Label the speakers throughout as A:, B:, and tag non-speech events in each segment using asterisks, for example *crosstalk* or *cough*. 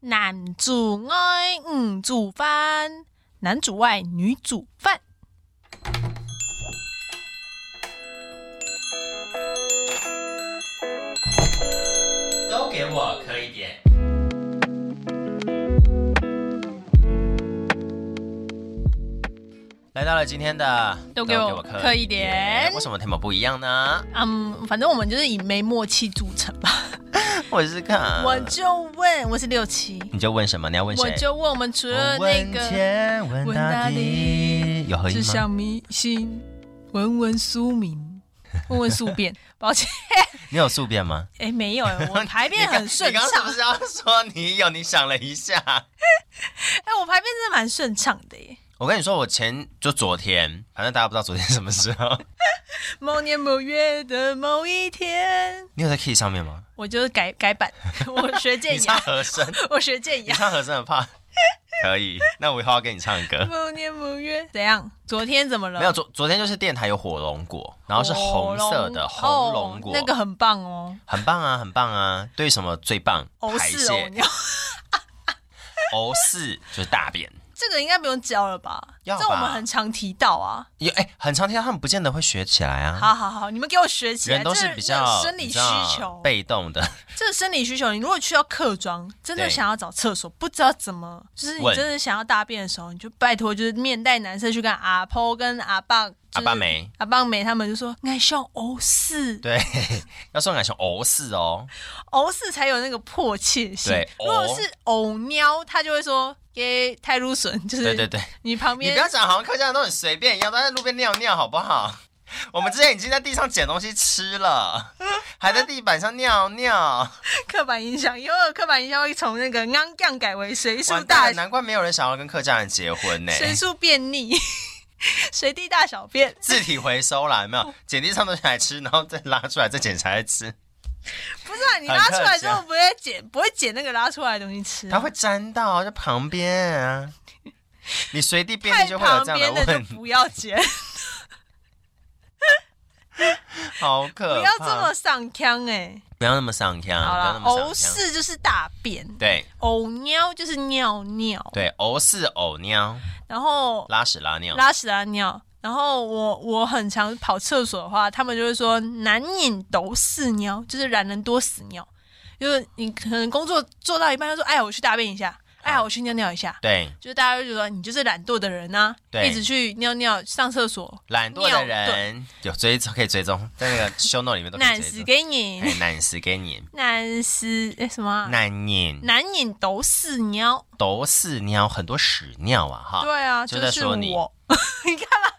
A: 男主外，女主饭，男主外，女主饭。
B: 都给我磕一点。来到了今天的，
A: 都给我磕一点
B: 为什么题目不一样呢？
A: 嗯，反正我们就是以没默契组成吧。
B: 我是看，
A: 我就问，我是六七，
B: 你就问什么？你呃要问
A: 我
B: 谁？
A: 就问我们除了那
B: 问
A: 个
B: 天问
A: 问
B: 大
A: 大
B: 地，有合
A: 只
B: 音吗？
A: 想迷信，问问宿名，问问宿
B: *laughs*
A: 便。抱歉，
B: 你有宿便吗？
A: 哎，没有， *laughs* 我排便很顺
B: 你刚
A: 畅
B: 你。刚是不是要说你有？你想了一下。
A: 哎，我排便真的蛮顺畅的耶。
B: 我跟你说，我前就昨天，反正大家不知道昨天什么时候。
A: 某年某月的某一天，
B: 你有在 key 上面吗？
A: 我就是改改
B: *laughs*
A: 版，我学
B: 你
A: 健
B: 唱
A: 雅，
B: 和声，
A: 我学健
B: 你
A: 雅。
B: 唱和声很怕。 *laughs* 可以，那我以后要跟你唱
A: *laughs*
B: 歌。
A: 某年某月，怎样？昨天怎么了？
B: 没有，昨昨天就是电台有火龙果，然后是红色的
A: 火
B: 红龙果，
A: 哦那个很棒哦。
B: 很棒啊，很棒啊。对于什么最棒？
A: 哦
B: 排
A: 是哦，
B: 泄
A: 你。要 *laughs*
B: 欧四就是大便。
A: 这个应该不用教了吧？
B: 要吧
A: 这我们很常提到啊。
B: 有哎、很常听到他们不见得会学起来啊。
A: 好好好，你们给我学起来。
B: 人都是比较
A: 这生理
B: 你
A: 需
B: 知道
A: 求，
B: 被动的，
A: 这个生理需求，你如果去到客庄，真的
B: 对
A: 想要找厕所，不知道怎么，就是你
B: 问
A: 真的想要大便的时候，你就拜托，就是面带男生去跟阿婆跟阿爸、就是
B: 阿爸、没
A: 阿爸梅他们就说，哎爱上欧四，
B: 对， *laughs* 要送感情欧四哦，
A: 欧四才有那个迫切性
B: 对。
A: 如果
B: 欧
A: 是欧喵，他就会说给泰鲁笋，就是
B: 对对对，
A: 你旁
B: 你
A: 边
B: 不要讲好像客家人都很随便一样，都在路边尿尿好
A: *laughs*
B: 不好？我们之前已经在地上捡东西
A: *laughs*
B: 吃了，还在地板上尿尿，
A: 刻板印象，以后的刻板印象会从那个刚酱改为随速
B: 完蛋
A: 大
B: 了，难怪没有人想要跟客家人结
A: *laughs*
B: 婚呢、
A: 随速便利， *laughs* 随地大小便。
B: 字体回收啦，有
A: *laughs*
B: 没有？捡地上东西来吃，然后再拉出来，再捡起来吃，
A: 嗯不是啊，你拉出来之后不会捡，不会捡那个拉出来的东西吃啊、
B: 它会沾到在旁边
A: *laughs*
B: 啊。你随地便
A: 太
B: 利就会有
A: 旁
B: 这样
A: 边
B: 的
A: 的
B: 问
A: 就不要捡，
B: *laughs* 好 *laughs* 可
A: 不
B: 怕！
A: 要这么上腔哎、
B: 不要那么上腔，
A: 好
B: 不要那
A: 啦，
B: 么
A: 呕
B: 上腔。
A: 是就是大便，
B: 对
A: 呕尿就是尿尿，
B: 对，呕是呕尿，
A: 然后
B: 拉屎拉尿，
A: 拉屎拉尿。然后我我很常跑厕所的话，他们就会说“男饮斗屎尿”，就是懒人多屎尿，就是你可能工作做到一半，他说：“哎呀，我去大便一下，
B: 啊
A: 哎呀，我去尿尿一下。
B: 对”，
A: 就是大家会觉得你就是懒惰的人呐、
B: 对
A: 一直去尿尿、上厕所，
B: 懒惰的
A: 尿
B: 人有追踪可以追踪，在那
A: *laughs*
B: 个 show note 里面都可以
A: 难
B: 追
A: 死
B: 踪。
A: 给你，
B: 哎，难死给你，
A: 难死哎什么啊、
B: 难念
A: 男饮斗屎尿，
B: 都是尿，很多屎尿啊哈。
A: 对啊，
B: 就
A: 就
B: 在
A: 是
B: 说
A: 我， *laughs*
B: 你
A: 你看吧，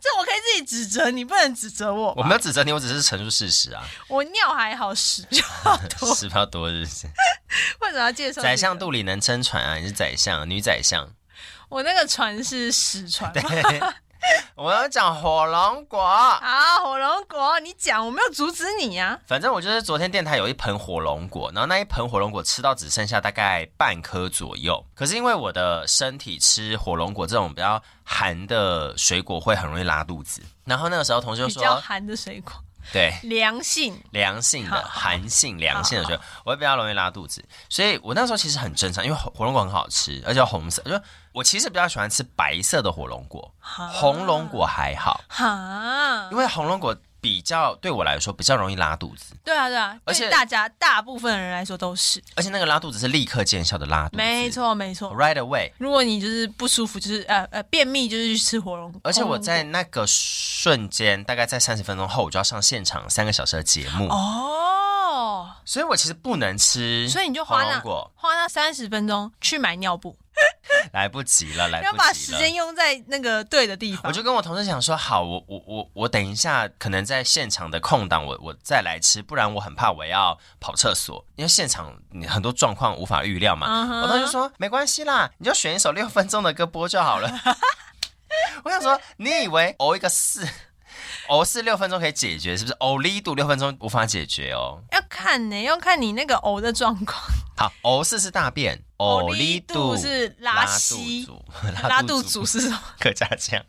A: 这我可以自己指责，你不能指责我吧
B: 我没有指责你，我只是陈述事实啊，
A: 我尿还好，屎就好多，
B: 是不要多日子。
A: 为什么要介绍、
B: 宰相肚里能撑船啊，你是宰相，女宰相。
A: 我那个船是屎
B: *laughs*
A: 船吗？
B: 我要讲火龙果，
A: 啊，火龙果，你讲，我没有阻止你啊呀、
B: 反正我就是昨天电台有一盆火龙果，然后那一盆火龙果吃到只剩下大概半颗左右。可是因为我的身体吃火龙果这种比较寒的水果会很容易拉肚子，然后那个时候同事就
A: 比较
B: 说，
A: 寒的水果，
B: 对，
A: 凉性。
B: 凉性的、
A: 好
B: 寒性、凉性的水果，我会比较容易拉肚子，所以我那时候其实很正常，因为哦火火龙果很好吃，而且红色，就我其实比较喜欢吃白色的火龙果，
A: 啊
B: 红龙果还好，
A: 哈
B: 因，为红龙果比较对我来说比较容易拉肚子，
A: 对啊对啊，
B: 而且
A: 对大家大部分人来说都是，
B: 而且那个拉肚子是立刻见效的拉肚子，
A: 没错没错。
B: ，right away。
A: 如果你就是不舒服，就是呃呃便秘，就是去吃火龙果。
B: 而且我
A: 火
B: 在那个瞬间，大概在三十分钟后，我就要上现场三个小时的节
A: 龙
B: 目，
A: 果哦，
B: 所以我其实不能吃，
A: 所以你就
B: 火
A: 花
B: 龙
A: 那
B: 果
A: 花那三十分钟去买尿布，
B: 来不及了，来不及
A: 要
B: 了，
A: 把时间用在那个对的地
B: 我
A: 方。
B: 就跟我同事讲说，好，我我我我等一下，可能在现场的空档我，我再来吃，不然我很怕我要跑厕所，因为现场你很多状况无法预料嘛。
A: 嗯哼
B: 我同事就说没关系啦，你就选一首六 *laughs* 分钟的歌播就好了。我想说，你以为哦一个四，哦，是六分钟可以解决，是不是？哦，力度六分钟无法解决哦。
A: 要看呢、要看你那个呕的状况。
B: 好，哦是是大便，哦力
A: 度是拉稀
B: 稀，
A: 拉
B: 拉
A: 肚
B: 肚
A: 子是什么？
B: *laughs* 客家腔，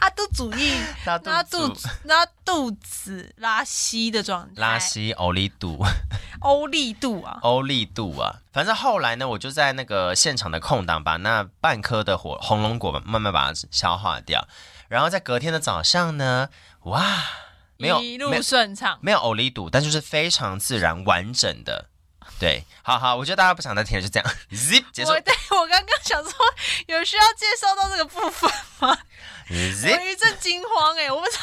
A: 拉肚主义，
B: 拉
A: 拉
B: 肚
A: 肚
B: 子
A: 子，拉肚子拉稀的状态，
B: 拉稀，哦力度。
A: 欧力度啊，
B: 欧力度啊，反正后来呢，我就在那个现场的空档，把那半颗的火红龙果慢慢把它消化掉，然后在隔天的早上呢，哇，没有
A: 一
B: 没
A: 路
B: 有
A: 顺畅。
B: 没有欧力度，但就是非常自然完整的，对，好好，我觉得大家不想再听了，就这样 *laughs* zip 结束
A: 我对我刚刚想说，有需要介绍到这个部分吗？我
B: zip，
A: 一阵惊慌哎、我不知道。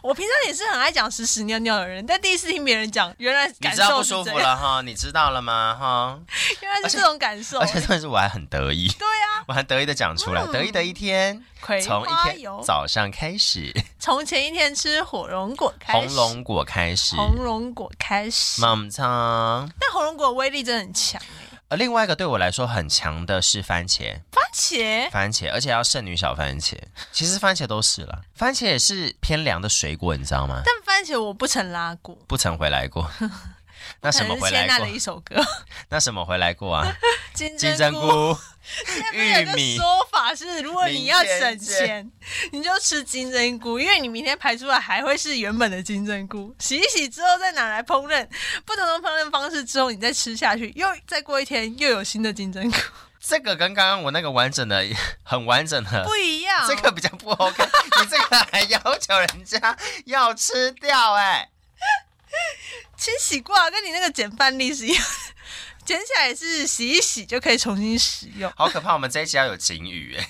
A: 我平常也是很爱讲屎屎尿尿的人，但第一次听别人讲，原来
B: 你
A: 感
B: 知道
A: 受
B: 不
A: 是
B: 舒
A: 这
B: 服
A: 样，
B: 了哈，你知道了吗哈？
A: 原来是这种感受
B: 而。且特别是我还很得意，
A: 对啊，
B: 我还得意的讲出来，得意的一天，
A: 葵
B: 从一
A: 嗯花
B: 天
A: 油，
B: 早上开始，
A: 从前一天吃火龙果开
B: 红
A: 始，
B: 龙果开始。
A: 红龙果开始。
B: 妈妈仓。
A: 但红龙果的威力真的很强哎、
B: 呃，另外一个对我来说很强的是番茄，
A: 番茄
B: 番茄，而且要剩女小番茄。其实番茄都是了，番茄也是偏凉的水果，你知道吗？
A: 但番茄我不曾拉过，
B: 不曾回来
A: *laughs*
B: 过。那
A: 可
B: 什么
A: 能是
B: 回
A: 谢
B: 来
A: 娜的
B: 过？
A: 一首歌《 *laughs*
B: 那什么回来过啊？
A: 金
B: 金
A: 针
B: 针
A: 菇》。
B: 菇、
A: 那
B: *laughs*
A: 边
B: 玉
A: 有个
B: 米。
A: 说法是，如果你要省
B: 明天
A: 钱， *laughs* 你就吃金针菇，因为你明天排出来还会是原本的金针菇，洗一洗之后再拿来烹饪，不同的烹饪方式之后，你再吃下去，又再过一天又有新的金
B: *laughs*
A: 针菇，
B: 这个跟刚刚我那个完整的、很完整的，
A: 不一样。哦
B: 这个比较不 OK。你 *laughs* 这个还要求人家要吃掉、哎，
A: 清洗过啊，跟你那个减饭粒是一样的， *laughs* 捡起来也是洗一洗就可以重新使用，
B: 好可怕！我们这一期要有警语、
A: *laughs*
B: 哎，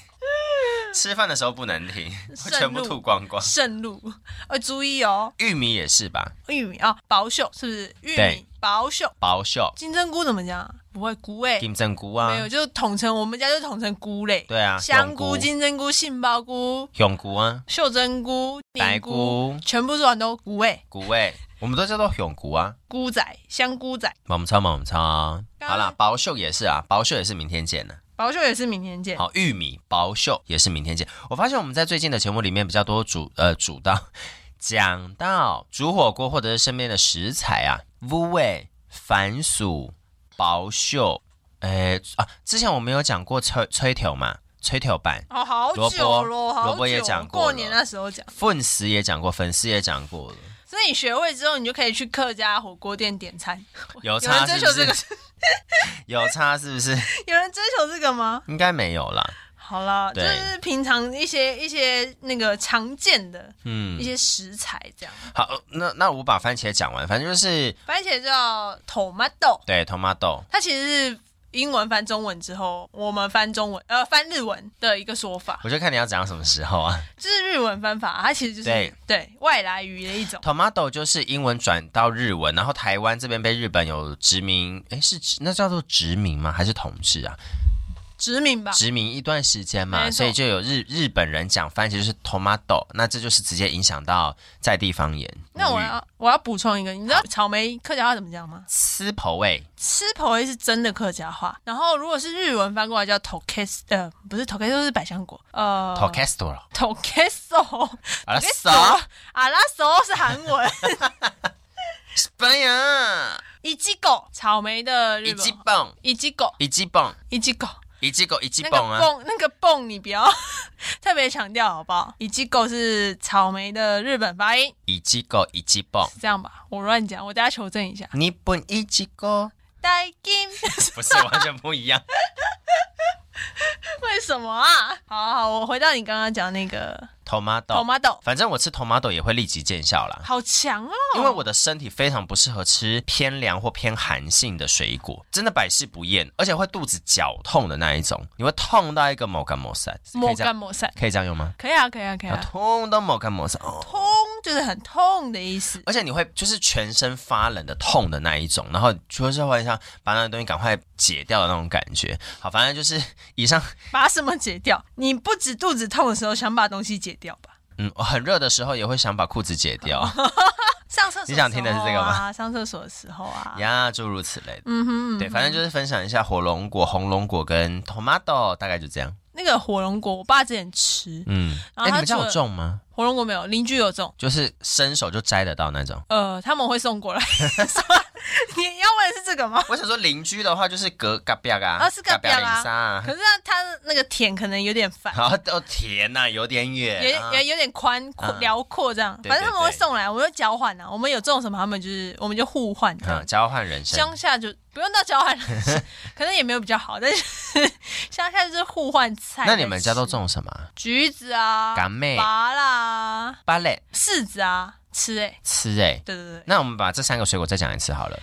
B: 吃饭的时候不能停，会全部
A: 慎入
B: 吐光光。
A: 渗入。 *laughs* 呃，注意哦，
B: 玉米也是吧，
A: 玉米啊、薄袖是不是？玉
B: 对
A: 米薄袖，
B: 包秀、
A: 金针菇怎么讲啊？不会菇哎、
B: 金针菇
A: 没有，
B: 啊，
A: 就统称我们家就统称菇类，
B: 对啊，
A: 香
B: 永
A: 菇、金针菇、杏鲍菇、
B: 永菇啊，
A: 袖珍菇、
B: 白
A: 凝菇，
B: 菇、
A: 全部做完都菇味。
B: 菇味，我们都叫做永菇啊。
A: 菇仔、香菇仔，
B: 猛超猛超，
A: 刚
B: 好啦，薄秀也是啊，薄秀也是明天见的。
A: 薄秀也是明天见。
B: 好，玉米薄秀也是明天见。我发现我们在最近的节目里面比较多煮呃煮到 *laughs* 讲到煮火锅或者是身边的食材啊，乌味、番薯、薄秀，诶啊，之前我们有讲过吹吹条嘛，吹条板。
A: 哦，好
B: 萝
A: 久
B: 卜
A: 咯，好久
B: 萝卜也讲过了
A: 过年那时候讲，
B: 粉丝也讲过，粉丝也讲过了，
A: 所以你学会之后，你就可以去客家火锅店点餐。 *laughs*
B: 有
A: 有人
B: 差
A: 追
B: 是
A: 求
B: 不
A: 这
B: 是
A: 个？，
B: *laughs* 有差是不是？ *laughs*
A: 有人追求这个吗？
B: 应该没有啦。
A: 好啦，就
B: 对
A: 是平常一些一些那个常见的一
B: 嗯，
A: 些食材这样。
B: 好，呃那那我把番茄讲完，反正就是
A: 番茄叫 tomato，
B: 对 tomato
A: 它其实是英文翻中文之后，我们翻中文呃翻日文的一个说法，
B: 我就看你要讲什么时候啊。
A: 就是日文翻法，它其实就是
B: 对
A: 外来语的一种。
B: tomato 就是英文转到日文，然后台湾这边被日本有殖民，诶，是殖那叫做殖民吗？还是统治啊？
A: 殖民吧，
B: 殖民一段时间
A: 没
B: 嘛，
A: 错
B: 所以就有日日本人讲番茄就是 tomato，那这就是直接影响到在地方言。
A: 那我
B: 母语
A: 要我要补充一个，你知道草莓客家话怎么讲吗？
B: 吃口味
A: 吃婆是真的客家话，然后如果是日文翻过来叫 tokes，呃，不是 tokes，就是百香果，呃
B: t o k e s t o r
A: tokeso，
B: 阿拉
A: s
B: 斯
A: o 阿拉索啊是韩
B: *laughs*
A: 文，
B: 西班牙，
A: 一季狗草莓的
B: 一
A: 日
B: 级
A: 本，
B: 棒，
A: 一季狗
B: 一级棒，
A: 一季狗，
B: 一级狗，一级
A: 那个
B: 棒啊！
A: 蹦那个蹦你不要 *laughs* 特别强调好不好？一季狗是草莓的日本发音，
B: 一级狗，一级棒。
A: 是这样吧？我乱讲，我大家求证一下。
B: 日本一级高，
A: 大金
B: *laughs* 不是完全不一 *laughs* 样。
A: *laughs* 为什么啊？好好，我回到你刚刚讲那个
B: tomato，
A: tomato，
B: 反正我吃 tomato 也会立即见效啦。
A: 好强哦！
B: 因为我的身体非常不适合吃偏凉或偏寒性的水果，真的百试不厌，而且会肚子绞痛的那一种，你会痛到一个某干某散，可
A: 莫
B: 以这样
A: 干莫散，
B: 可以这样用吗？
A: 可以啊，可以啊，可以
B: 要
A: 啊。
B: 痛到某干某散哦，
A: 痛就是很痛的意思，
B: 而且你会就是全身发冷的痛的那一种，然后就是会像把那个东西赶快解掉的那种感觉。好，反正就是以上
A: 把什么解掉？你不止肚子痛的时候想把东西解掉吧？
B: 嗯，我很热的时候也会想把裤子解
A: *laughs*
B: 掉
A: 上厕所、
B: 你想听的是这个吗？
A: 上厕所的时候啊，
B: 呀，诸如此类的。
A: 嗯哼，
B: 对，反正就是分享一下火龙果、红龙果跟 tomato，大概就这样。
A: 那个火龙果，我爸之前吃，
B: 嗯，
A: 然后
B: 哎、你
A: 它
B: 们家
A: 除
B: 有
A: 了
B: 种吗？
A: 火龙果没有，邻居有种，
B: 就是伸手就摘得到那种。
A: 呃，他们会送过来。 *laughs* 什么你要问的是这个
B: *laughs*
A: 吗？
B: 我想说邻居的话就是隔嘎比啊，
A: 啊是嘎
B: 比
A: 比
B: 啊
A: 啊
B: 零三啊
A: 可，是它它那个田可能有点
B: *laughs*
A: 烦，
B: 好哦天呐，有点远，
A: 也
B: 啊
A: 也有点宽阔
B: 啊
A: 辽阔这样，
B: 对
A: 反正他们会
B: 对对
A: 送来，我们就交换啊。我们有这种什么，他们就是我们就互换这样
B: 嗯，。交换人生
A: 乡下就不用到交
B: *laughs*
A: 换，可能也没有比较好，但是 *laughs* 乡下就是互换菜。
B: 那你们家都种什么啊？
A: 橘子啊、
B: 干妹、
A: 芭啦、
B: 芭蕾
A: 柿子啊，吃哎、欸，
B: 吃哎、
A: 对对对，
B: 那我们把这三个水果再讲一次好了。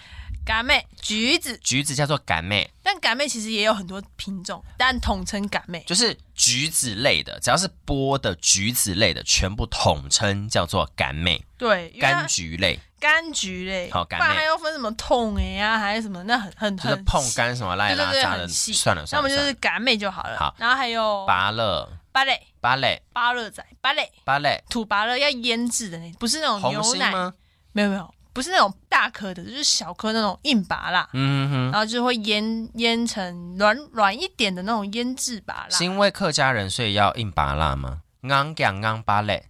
A: 干妹、橘子，
B: 橘子叫做柑妹，
A: 但干妹其实也有很多品种，但统称干妹。
B: 就是橘子类的，只要是剥的橘子类的，全部统称叫做柑妹，
A: 对，因为它
B: 柑橘类，
A: 柑橘类，
B: 好
A: 不
B: 柑
A: 然
B: 妹
A: 还要分什么痛哎呀，还是什么，那很很
B: 就是
A: 很
B: 碰柑什么拉一拉
A: 对对对
B: 渣的，
A: 很细
B: 算了
A: 那
B: 算
A: 我们
B: 了
A: 就
B: 算
A: 是
B: 了。
A: 赶美就好了。
B: 好
A: 然后还有
B: 芭乐、
A: 芭蕾、
B: 芭蕾、
A: 芭乐仔、芭蕾、
B: 芭蕾，
A: 土芭乐要腌制的那，不是那种
B: 红
A: 哦牛
B: 心
A: 奶，
B: 吗？
A: 没有没有，不是那种大颗的，就是小颗那种硬芭啦。
B: 嗯哼。
A: 然后就会腌腌成软软一点的那种腌制芭啦
B: 是。因为客家人所以要硬拔辣吗？昂讲昂芭嘞，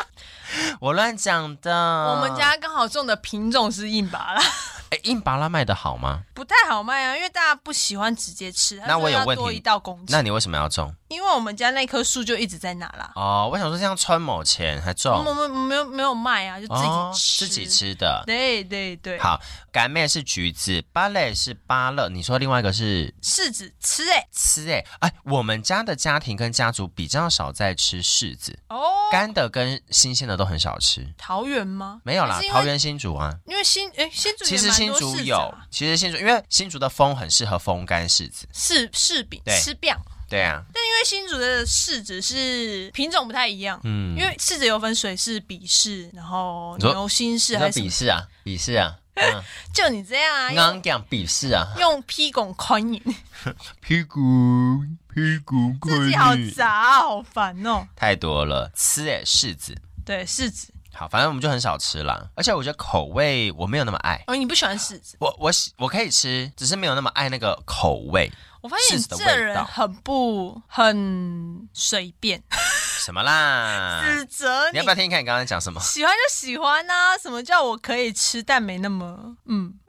B: *laughs* 我乱讲的。
A: 我
B: 我
A: 们家刚好种的品种是硬芭啦，
B: 哎、硬拔辣卖的好吗？
A: 不太好卖啊，因为大家不喜欢直接吃，它
B: 那我
A: 说
B: 有
A: 要
B: 问
A: 多
B: 题
A: 一道工
B: 那
A: 程。
B: 你为什么要种？
A: 因为我们家那棵树就一直在那啦，哦
B: 哦，我想说这样穿某钱还
A: 我
B: 种
A: 们我们没有没有卖啊，就自己吃、
B: 哦，自己。吃的。
A: 对对对，
B: 好，甘妹是橘子，芭蕾是芭乐，你说另外一个是
A: 柿子吃哎、
B: 吃哎、哎，我们家的家庭跟家族比较少在吃柿子，
A: 哦，
B: 干的跟新鲜的都很少吃。
A: 桃园吗？
B: 没有啦
A: 还是，因为
B: 桃园新竹啊，
A: 因为新哎、新竹也
B: 其实
A: 蛮
B: 新
A: 多
B: 竹
A: 柿子
B: 有
A: 啊，
B: 其实新竹因为新竹的风很适合风干柿子，
A: 柿柿饼
B: 对
A: 吃饼，
B: 对啊，
A: 但因为新竹的柿子是品种不太一样，
B: 嗯，
A: 因为柿子有分水柿、比柿，然后
B: 你说
A: 牛心柿
B: 你
A: 还
B: 说
A: 是什
B: 鄙
A: 么，
B: 视啊，鄙视啊，嗯，
A: 就你这样啊，用
B: 刚讲鄙视啊，
A: 用劈拱宽饮，
B: 屁股屁股
A: 自己好杂啊，好烦哦。
B: 太多了，吃哎、柿子，
A: 对，柿子
B: 好，反正我们就很少吃啦，而且我觉得口味我没有那么爱。
A: 哦，你不喜欢柿子，
B: 我我喜我可以吃，只是没有那么爱那个口味。
A: 我发现你
B: 柿子的
A: 这
B: 味
A: 人
B: 道
A: 很不很随便，
B: 什么啦？
A: 指责
B: 啊你要不要听听看你刚刚讲什么？
A: 喜欢就喜欢呐、什么叫我可以吃，但没那么嗯。
B: *laughs*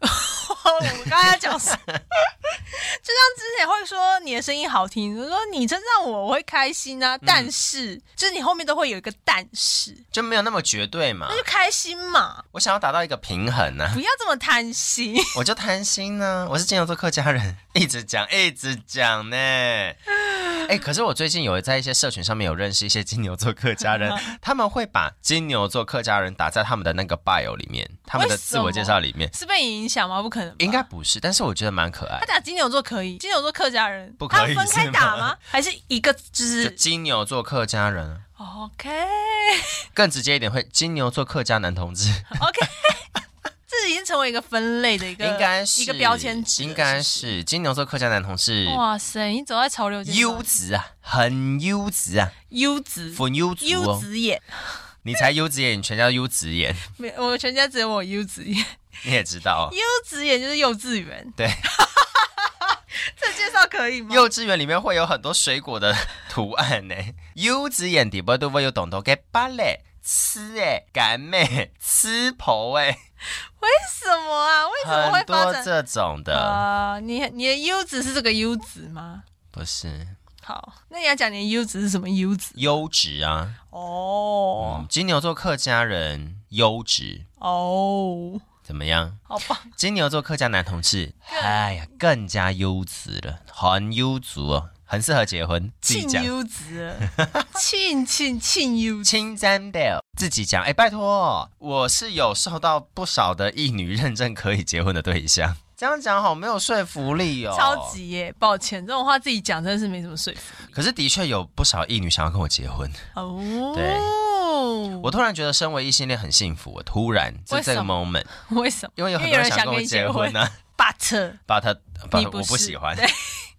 A: 我刚才讲什么？ *laughs* 就像之前会说你的声音好听，我说你称赞我，我会开心
B: 嗯
A: 啊。但是、就是你后面都会有一个但是，
B: 就没有那么绝对嘛
A: 那。就开心嘛，
B: 我想要达到一个平衡呢、
A: 不要这么贪
B: *laughs*
A: 心。
B: 我就贪心呢、我是金牛座客家人，一直讲一直讲呢。哎、可是我最近有在一些社群上面有认识一些金牛座客家人，他们会把金牛座客家人打在他们的那个 bio 里面，他们的自我介绍里面，
A: 是被你影响吗？不可能吧，
B: 应该不是，但是我觉得蛮可爱
A: 他。打金牛座可以，金牛座客家人
B: 不可以
A: 他分开
B: 是吗
A: 打吗？还是一个就
B: 就是金牛座客家人，啊
A: OK
B: 更直接一点会金牛座客家男同志，
A: *laughs* OK，这已经成为一个分类的一个
B: 应该是
A: 一个标签值了，
B: 应该
A: 不
B: 是金牛座客家男同志。
A: 哇塞，你走在潮流界，
B: 优质啊，很优质啊，
A: 优质
B: 很优质
A: 优
B: 哦！
A: 质眼，
B: 你才优质眼，你全家都优质眼，
A: 没我全家只有我优质眼，
B: 你也知
A: *laughs*
B: 道、哦。
A: 优质眼就是幼稚园，
B: 对，
A: 这介绍可以吗？
B: 幼稚园里面会有很多水果的 *laughs* 图案呢。柚子眼底部都会有懂得给芭蕾吃哎，干妹吃婆哎，
A: 为什么啊？为什么
B: 很
A: 会发
B: 多
A: 展？
B: 这种的，
A: 啊、你你的优质是这个优质吗？
B: 不是
A: 好，那你要讲你的优质是什么优质？
B: 优质啊。
A: 哦
B: 嗯，金牛座客家人优质
A: 哦，
B: 怎么样？
A: 好棒！
B: 金牛座客家男同志，哎呀，更加优质了，很优质哦，很适合结婚。自己
A: 庆
B: 讲，
A: 优质了，庆庆庆优质，
B: 青簪的自己讲，哎，拜托，我是有受到不少的异女认证可以结婚的对象。这样讲好没有说服力 *laughs* 哦，
A: 超。级耶！抱歉，这种话自己讲真的是没什么说服力
B: 可是的确有不少异女想要跟我结婚，
A: 哦。
B: 对我突然觉得身为异性恋很幸福。我突然在
A: 为
B: 这
A: 什
B: 个
A: 么
B: moment，
A: 为什么？
B: 因为有很
A: 因为
B: 多
A: 有人
B: 人想
A: 想
B: 跟我
A: 跟你结
B: 结婚呢、
A: but
B: 把他把
A: 你
B: 他我
A: 不
B: 不
A: 是
B: 喜欢。 *laughs*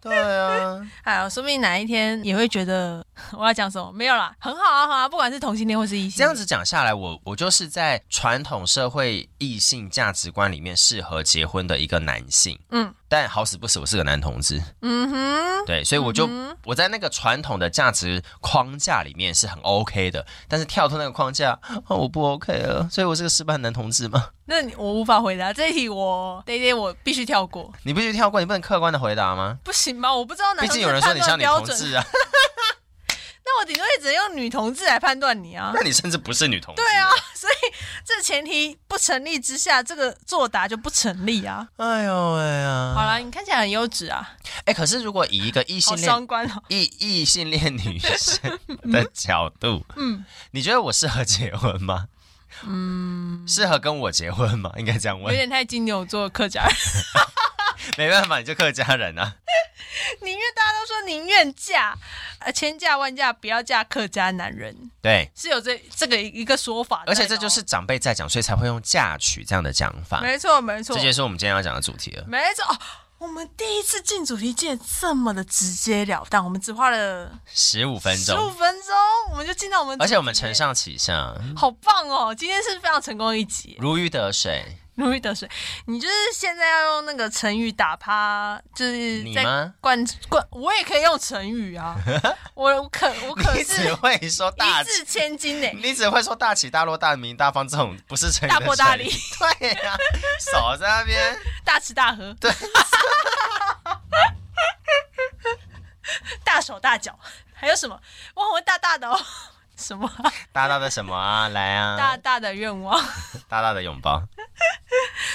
B: 对啊，
A: 哎呦，说不定哪一天也会觉得我要讲什么没有啦，很好啊，好啊，不管是同性恋或是异性，
B: 这样子讲下来，我我就是在传统社会异性价值观里面适合结婚的一个男性。
A: 嗯，
B: 但好死不死我是个男同志，
A: 嗯哼，
B: 对，所以我就、我在那个传统的价值框架里面是很 OK 的，但是跳脱那个框架，哦、我不 OK 了，所以我是个失败的男同志吗？
A: 那你我无法回答这一题我，我 day day 我必须跳过，
B: 你必须跳过，你不能客观的回答吗？
A: 不行吧？我不知道男
B: 毕
A: 同志
B: 竟有
A: 的
B: 人说
A: 判
B: 你像
A: 断
B: 女
A: 标
B: 同
A: 准，
B: 志啊， *laughs*
A: 那我顶多也只能用女同志来判断你啊。
B: 那你甚至不是女同志。
A: 对啊，所以这前提不成立之下，这个作答就不成立啊。
B: 哎呦喂
A: *laughs* 好
B: 呀！
A: 啦，你看起来很优质啊，
B: 哎、可是如果以一个异性
A: 好
B: 恋
A: 双关哦。
B: 异异性恋女
A: *laughs*
B: 生的角度，嗯，你觉得我适合结婚吗？嗯，适合跟我结婚吗？应该这样
A: 有
B: 问。
A: 点太金牛座客家人，
B: 没办法，你就客家人啊。
A: *laughs* 宁愿大家都说宁愿嫁，呃，千嫁万嫁不要嫁客家男人，
B: 对，
A: 是有这这个一个说法在的哦。
B: 而且这就是长辈在讲，所以才会用嫁娶这样的讲法。
A: 哦没错没错
B: 这就是我们今天要讲的主题了。
A: 没错、哦我们第一次进主题竟然这么的直截了当，我们只花了
B: 十五分
A: 十五
B: 钟，
A: 分钟，我们就进到我们主
B: 而
A: 题
B: 且
A: 耶
B: 我们承上启下，
A: 好棒哦！今天是非常成功的一集，
B: 如鱼得水。
A: *laughs* 如鱼得水。你就是现在要用那个成语打趴，就是
B: 你
A: 在
B: 吗？
A: 灌灌，我也可以用成语
B: *laughs*
A: 啊。我我可我可
B: 你
A: 是
B: 只会说大
A: 一
B: 起，
A: 掷千金呢、
B: 你只会说大起大落、大名大方这种，不是成语的
A: 大破大立
B: 成语对呀、少在那边。
A: 大吃大喝，
B: *laughs* 对，
A: 大手大脚，还有什么？哇，我大大的哦，什么啊、
B: 大大的什么啊？来啊，
A: 大
B: 大
A: 大的愿望。
B: 大的拥 *laughs* 抱。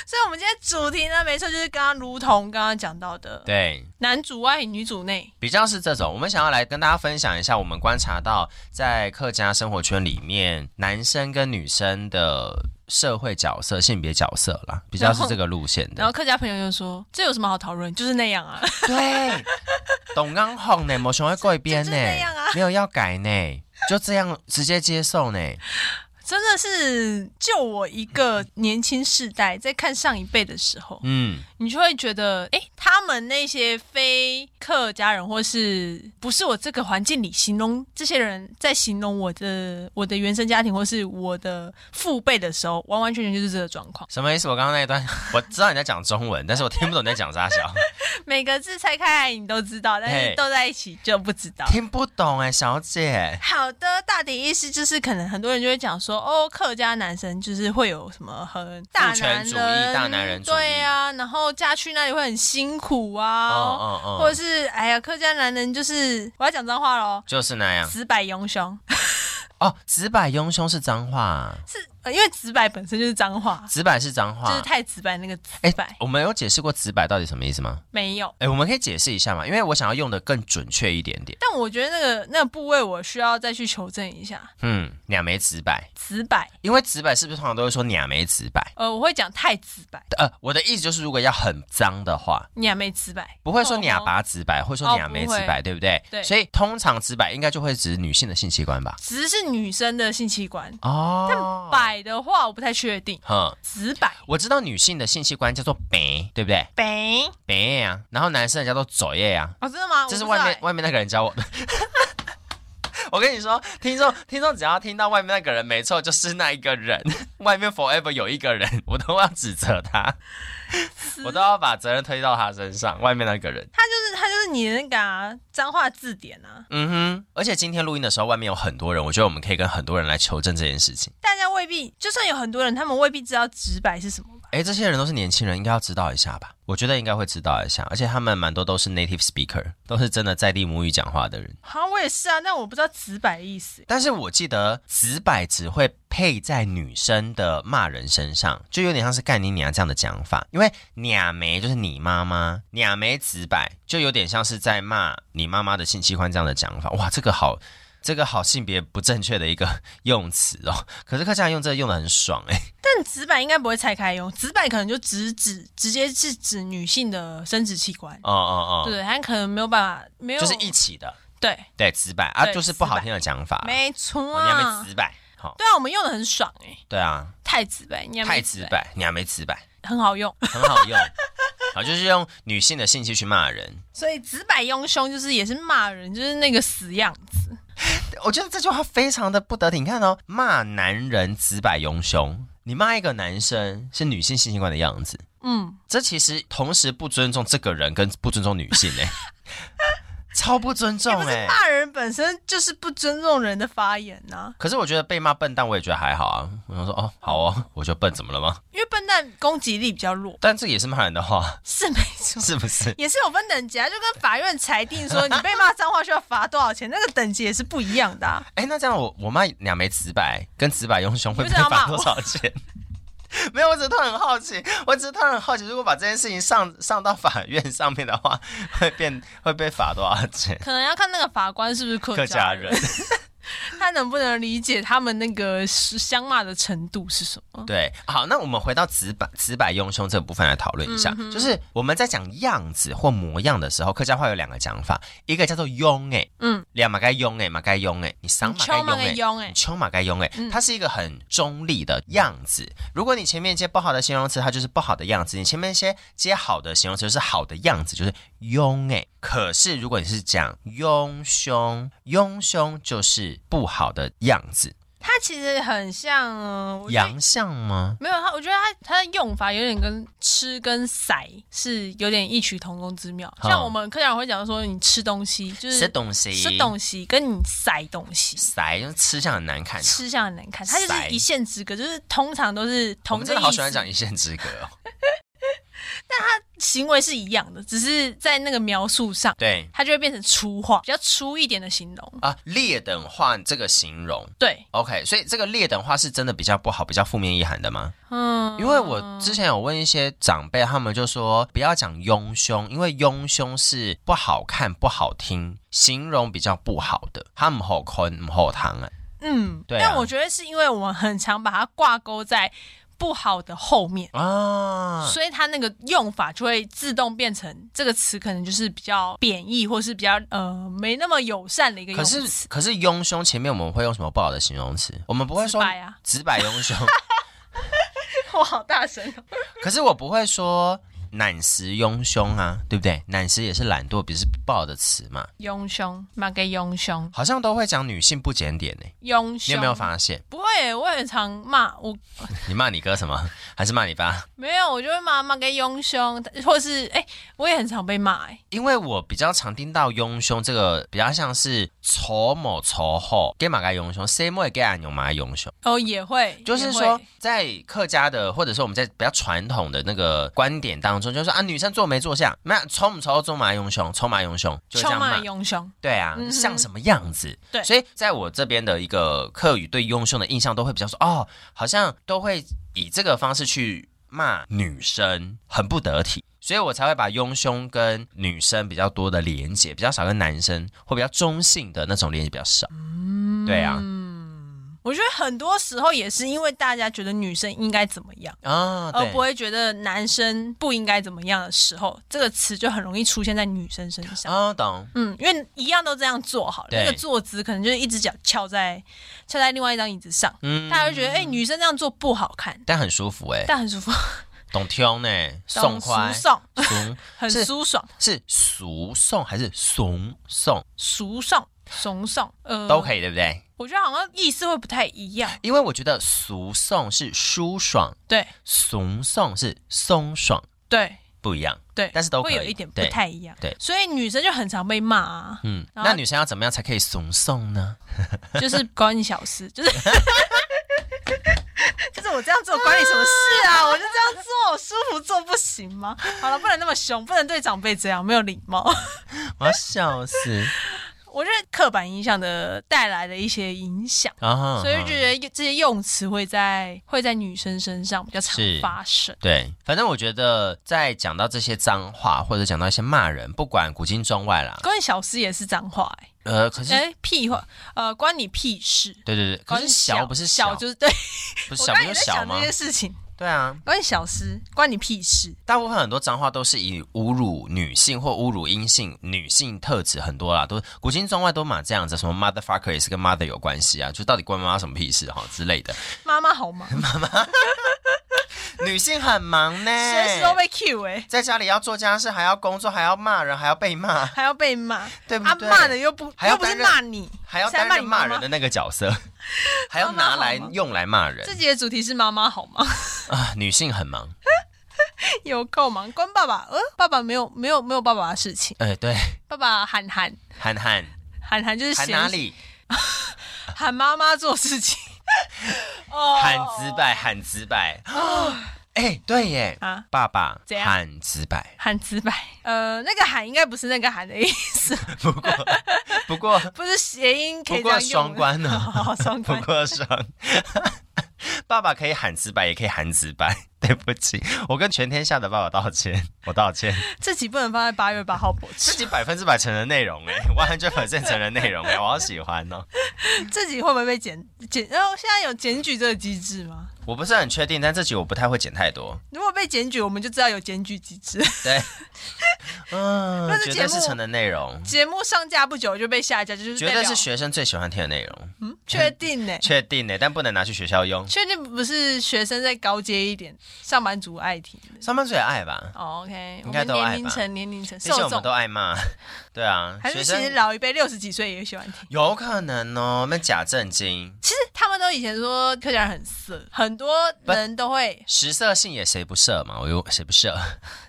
A: 所以，我们今天主题呢，没错，就是刚刚如同刚刚讲到的，
B: 对，
A: 男主外女主内，
B: 比较是这种。我们想要来跟大家分享一下，我们观察到在客家生活圈里面，男生跟女生的社会角色、性别角色 *laughs* 啦，比较是这个路线
A: 然后
B: 的。
A: 客家朋友就说：“这有什么好讨论？就是那样啊。
B: 对，董刚红呢，没想要改编
A: 就就那样啊
B: 呢，没有要改呢，就这样直接接受呢。”
A: 真的是，就我一个年轻世代在看上一辈的时候，
B: 嗯，
A: 你就会觉得，哎、他们那些非客家人，或是不是我这个环境里形容这些人在形容我的我的原生家庭或是我的父辈的时候，完完全全就是这个状况。
B: 什么意思？我刚刚那一段 *laughs* 我知道你在讲中文，但是我听不懂你在讲啥小，
A: 每个字拆开来你都知道，但是
B: 嘿
A: 都在一起就不知道。
B: *laughs* 听不懂哎、小姐。
A: 好的，大体意思就是，可能很多人就会讲说，哦，客家男生就是会有什么很大男
B: 权
A: 人，
B: 主义大男人主义
A: 对啊，然后嫁去那里会很辛苦啊，
B: 哦哦
A: 或
B: 哦
A: 者，是哎呀，客家男人就是我要讲脏话喽，
B: 就是那样。
A: 直白庸凶，
B: 哦，直白庸凶是脏话，
A: 是、呃因为直白本身就是脏话，
B: 直白是脏
A: 就是
B: 话。
A: 太直白那个直
B: 哎
A: 白、
B: 我们有解释过直白到底什么意思吗？
A: 没有。
B: 哎，我们可以解释一下嘛，因为我想要用的更准确一点点。
A: 但我觉得那个那个部位我需要再去求证一下，
B: 嗯，两枚直白，
A: 直白，
B: 因为直白是不是通常都会说两枚直白？
A: 呃，我会讲太直白，
B: 呃，我的意思就是，如果要很脏的话，
A: 你还没直白，
B: 不会说
A: 哦
B: 两拔直白，会说两枚直白，对不对？
A: 对
B: 所以通常直白应该就会指女性的性器官吧？
A: 直是女生的性器官，
B: 哦，
A: 白的话我不太确定，
B: 哼，
A: 直白。
B: 我知道女性的性器官叫做白，对不对？
A: 北
B: 白呀、然后男生的叫做啊左叶呀、
A: 哦，真的吗？
B: 这是
A: 我不知
B: 外
A: 道
B: 面
A: 欸
B: 外面那个人教我的。 *laughs* 我跟你说，听众听众只要听到外面那个人，没错，就是那一个人。 *laughs* 外面 forever 有一个人， *laughs* 我都要指责他，我都要把责任推到他身上。外面那个人，
A: 他就是他就是你的那个啊脏话字典啊，
B: 嗯哼。而且今天录音的时候，外面有很多人，我觉得我们可以跟很多人来求证这件事情。
A: 大家未必就算有很多人，他们未必知道直白是什么吧？
B: 诶，这些人都是年轻人，应该要知道一下吧？我觉得应该会知道一下，而且他们蛮多都是 native speaker，都是真的在地母语讲话的人。
A: 好像我也是啊，但我不知道直白的意思。欸
B: 但是我记得直白只会配在女生的骂人身上，就有点像是干你娘这样的讲法，因为娘梅就是你妈妈，娘梅直白就有点像是在骂你妈妈的性器官这样的讲法。哇，这个好，这个好性别不正确的一个用词哦。 *laughs* 可是客家人用这个用的很爽
A: *laughs*
B: 哎、
A: 但直白应该不会拆开用，直白可能就直指直接是指女性的生殖器官，
B: 哦哦哦，
A: 对，他可能没有办法，没有
B: 就是一起的，
A: 对，
B: 对，直白啊，
A: 对
B: 就是不好听的讲法，
A: 没错
B: 哦娘
A: 啊
B: 梅，直白，好、
A: 对啊，我们用的很爽哎、
B: 对啊，
A: 太直白，你还没
B: 太直白，娘梅直白，
A: 很好用，
B: 很好用， *laughs* 好，就是用女性的性器去骂人。
A: 所以直白庸凶就是也是骂人，就是那个死样子，
B: 我觉得这句话非常的不得体。你看哦，骂男人直白庸凶，你骂一个男生是女性性器官的样子，
A: 嗯，
B: 这其实同时不尊重这个人，跟不尊重女性
A: *laughs*
B: 哎、超不尊重
A: 不
B: 哎、
A: 是骂人本身就是不尊重人的发言呐、
B: 可是我觉得被骂笨蛋，我也觉得还好啊。我想说，哦，好哦，我就笨，怎么了吗？
A: 因为笨蛋攻击力比较弱，
B: 但这也是骂人的话，
A: *laughs* 是没错。
B: 是不是？
A: 也是有分等级啊，就跟法院裁定说你被骂脏话需要罚多少钱，那个等级也是不一样的、啊。
B: 哎，那这样我我骂两枚紫柏跟紫柏用胸会
A: 你
B: 被
A: 为什么要
B: 罚
A: 骂我
B: 多少钱？ *laughs* 没有，我只是突然很好奇，我只是突然很好奇，如果把这件事情上上到法院上面的话，会变会被罚多少
A: *laughs*
B: 钱？
A: *laughs* 可能要看那个法官是不是
B: 客
A: 客
B: 家
A: 家
B: 人
A: 人，，他能不能理解他们那个相骂的程度是什么。
B: 对，好，那我们回到直白直白用胸这部分来讨论一
A: 嗯
B: 下，就是我们在讲样子或模样的时候，客家话有两个讲法，一个叫做用哎，
A: 嗯，
B: 两马该用哎，马该用哎，你上马该
A: 秋
B: 用
A: 嘛
B: 哎
A: 个。用哎
B: 你，秋马该用哎
A: 嗯，
B: 它是一个很中立的样子。如果你前面接不好的形容词，它就是不好的样子；你前面接接好的形容词，就是好的样子，就是庸哎。可是如果你是讲庸凶，庸凶就是不好的样子，
A: 他其实很像呃我觉得
B: 洋相吗？
A: 没有他，我觉得他他的用法有点跟吃跟塞是有点异曲同工之妙。
B: 哦
A: 像我们客家人会讲说，你吃东西就是
B: 吃东西，
A: 吃东西，跟你塞东西。
B: 塞，就是吃相很难看。
A: 吃相很难看，它就
B: 塞
A: 是一线之隔，就是通常都是
B: 我
A: 同
B: 们
A: 这个
B: 真的好
A: 意
B: 喜欢
A: 思
B: 讲一线之隔哦。
A: 行为是一样的，只是在那个描述上，
B: 对
A: 它就会变成粗话，比较粗一点的形容。
B: 啊，劣等化这个形容
A: 对，
B: ，OK，所以这个劣等化是真的比较不好，比较负面意涵的吗？
A: 嗯，
B: 因为我之前有问一些长辈，他们就说不要讲庸凶，因为庸凶是不好看、不好听，形容比较不好的。他们好坤，不好糖啊，
A: 嗯，
B: 对啊
A: 但我觉得是因为我们很常把它挂钩在不好的后面。
B: 啊，
A: 所以它那个用法就会自动变成这个词，可能就是比较贬义，或是比较呃没那么友善的一个
B: 可
A: 用
B: 是
A: 词。
B: 可是庸凶前面我们会用什么不好的形容词？我们不会说
A: 直白啊
B: 直白庸凶，
A: *laughs* 我好大声
B: *laughs*
A: 哦！
B: 可是我不会说懒实庸凶啊，对不对？懒实也是懒惰，不是不好的词嘛，
A: 庸凶，马给庸凶，
B: 好像都会讲女性不检点呢、
A: 庸凶。
B: 你有没有发现？
A: 不会，欸我很常骂我
B: 你骂你哥什么？还是骂
A: *laughs*
B: 你爸？
A: 没有，我就会骂骂给庸凶，或是哎、我也很常被骂哎、
B: 因为我比较常听到庸凶这个，比较像是仇某仇后给马该庸凶，C 莫也给俺用马庸凶，
A: 哦也会，
B: 就是
A: 也会
B: 说在客家的或者说我们在比较传统的那个观点当中，就是说啊女生做没做相，那仇不仇中马庸凶，仇马庸凶，就会这
A: 臭
B: 样骂
A: 骂。庸凶，
B: 对啊，
A: 嗯哼
B: 像什么样子？
A: 对
B: 所以在我这边的一个客语对庸凶的印象，都会比较说哦，好像都会以这个方式去骂女生，很不得体。所以我才会把庸凶跟女生比较多的连接，比较少跟男生或比较中性的那种连接比较少。
A: 嗯
B: 对啊，
A: 我觉得很多时候也是因为大家觉得女生应该怎么样，
B: 啊，
A: 而
B: 对
A: 哦不，会觉得男生不应该怎么样的时候，这个词就很容易出现在女生身上。
B: 啊，懂。
A: 嗯，因为一样都这样做好了，
B: 对
A: 那个坐姿可能就是一只脚翘在翘在另外一张椅子上，
B: 嗯
A: 大家就觉得哎、女生这样做不好看，
B: 但很舒服哎、
A: 但很舒服，
B: 懂听呢，送
A: 很
B: 快，
A: 舒爽，
B: 怂
A: 很
B: 是
A: 舒爽。
B: 是俗送还是怂送
A: 俗上、怂上，呃，
B: 都可以，对不对？
A: 我觉得好像意思会不太一
B: *laughs*
A: 样。
B: 因为我觉得俗送是舒爽，
A: 对
B: 怂送是松爽，
A: 对
B: 不一样。
A: 对，
B: 但是都可以
A: 会有一点不
B: 对
A: 太一样。
B: 对，
A: 所以女生就很常被骂啊
B: *laughs* 嗯，
A: 然后
B: 那女生要怎么样才可以怂
A: *laughs*
B: 送呢？
A: 就是管你小事，就是 *laughs* 就是我这样做管你什么事
B: *laughs*
A: 啊？我就这样做，舒服做不行吗？好了，不能那么凶，不能对长辈这样，没有礼貌。 *laughs*
B: 我要笑死
A: 我觉得刻板印象的带来的一些影响。
B: 啊！
A: 所以就觉得这些用词会在会在女生身上比较常
B: 是
A: 发生。
B: 对，反正我觉得在讲到这些脏话或者讲到一些骂人，不管古今中外啦，
A: 关于小事也是脏话、欸，
B: 呃，可是
A: 哎、屁话，呃，关你屁事。
B: 对对对，可
A: 关
B: 是
A: 你
B: 小不是
A: 小，
B: *laughs* 小，
A: 就是对。
B: 不是
A: 我
B: 小
A: 刚才
B: 不
A: 也
B: 就
A: 在
B: 小
A: 想
B: 吗
A: 这？些事情，
B: 对啊，
A: 关你小事，关你屁事。
B: 大部分很多脏话都是以侮辱女性或侮辱阴性女性特质很多啦，都古今中外都嘛这样子，什么 motherfucker 也是跟 mother 有关系啊，就到底关妈妈什么屁事哈之类的。
A: 妈妈
B: *laughs*
A: 好忙，
B: 女性很忙呢，
A: 随时都被 Q 哎、
B: 在家里要做家事，还要工作，还要骂人，还要被骂，
A: 还要被骂，
B: 对不
A: 啊
B: 对？
A: 骂的又不
B: 还要
A: 又不是
B: 担任
A: 骂你，
B: 还要
A: 是在
B: 担
A: 骂
B: 任
A: 你妈
B: 骂
A: 妈
B: 人的那个角色，还要
A: 妈
B: 拿来
A: 妈好吗
B: 用来骂
A: 这
B: 人
A: 集的主题是妈妈好忙，
B: 啊！女性很忙，
A: *laughs* 有够忙，关爸爸，呃，爸爸没有没有没有爸爸的事情，
B: 哎，对，
A: 爸爸喊喊
B: 憨憨
A: 喊喊就是
B: 喊
A: 嫌
B: 哪里？
A: 喊妈妈做事
B: *laughs*
A: 情，哦
B: 喊直白，喊直白。哎，对耶，
A: 啊
B: 爸爸
A: 怎样
B: 喊直白。
A: 喊直白，呃，那个喊应该不是那个喊的意思，
B: 不过，不过，
A: 不是谐音可以
B: 不
A: 这
B: 过
A: 样用
B: 双
A: 的。 *laughs*
B: 关呢、
A: 哦，双
B: 不
A: 关，
B: 过爽。 *laughs* 爸爸可以喊直白，也可以喊直白。 *laughs* 对不起，我跟全天下的爸爸道歉， *laughs* 我道歉。
A: 这集不能放在八月八号播
B: 自
A: 出，
B: 己百分之百成人内容哎、欸，完全百分成人内容哎、 *laughs* 我好喜欢哦。
A: 这集会不会被检检？然后现在有检举这个机制吗？
B: 我不是很确定，但这集我不太会剪太多。
A: 如果被检举，我们就知道有检举机制。 *laughs*
B: 对，嗯
A: 那，这
B: 绝
A: 节
B: 对
A: 目
B: 是成人内容，
A: 节目上架不久就被下架，就是
B: 绝
A: 代
B: 对
A: 表
B: 是学生最喜欢听的内容。
A: 嗯确定呢、
B: 确定呢、但不能拿去学校用。
A: 确定不是学生再高阶一点，上班族爱听的。
B: 上班族也爱吧，
A: 哦、o k
B: 应该都
A: 我
B: 爱吧
A: 们年龄层年龄层
B: 毕竟
A: 受
B: 我们
A: 众
B: 都，爱骂。对啊，
A: 还
B: 学
A: 是其实
B: 生
A: 老一辈六十几岁也喜欢听。
B: 有可能哦，那假正经。
A: 其实他们都以前说客家人很色，很多人都会
B: 食色性也谁不色嘛？我又谁不色？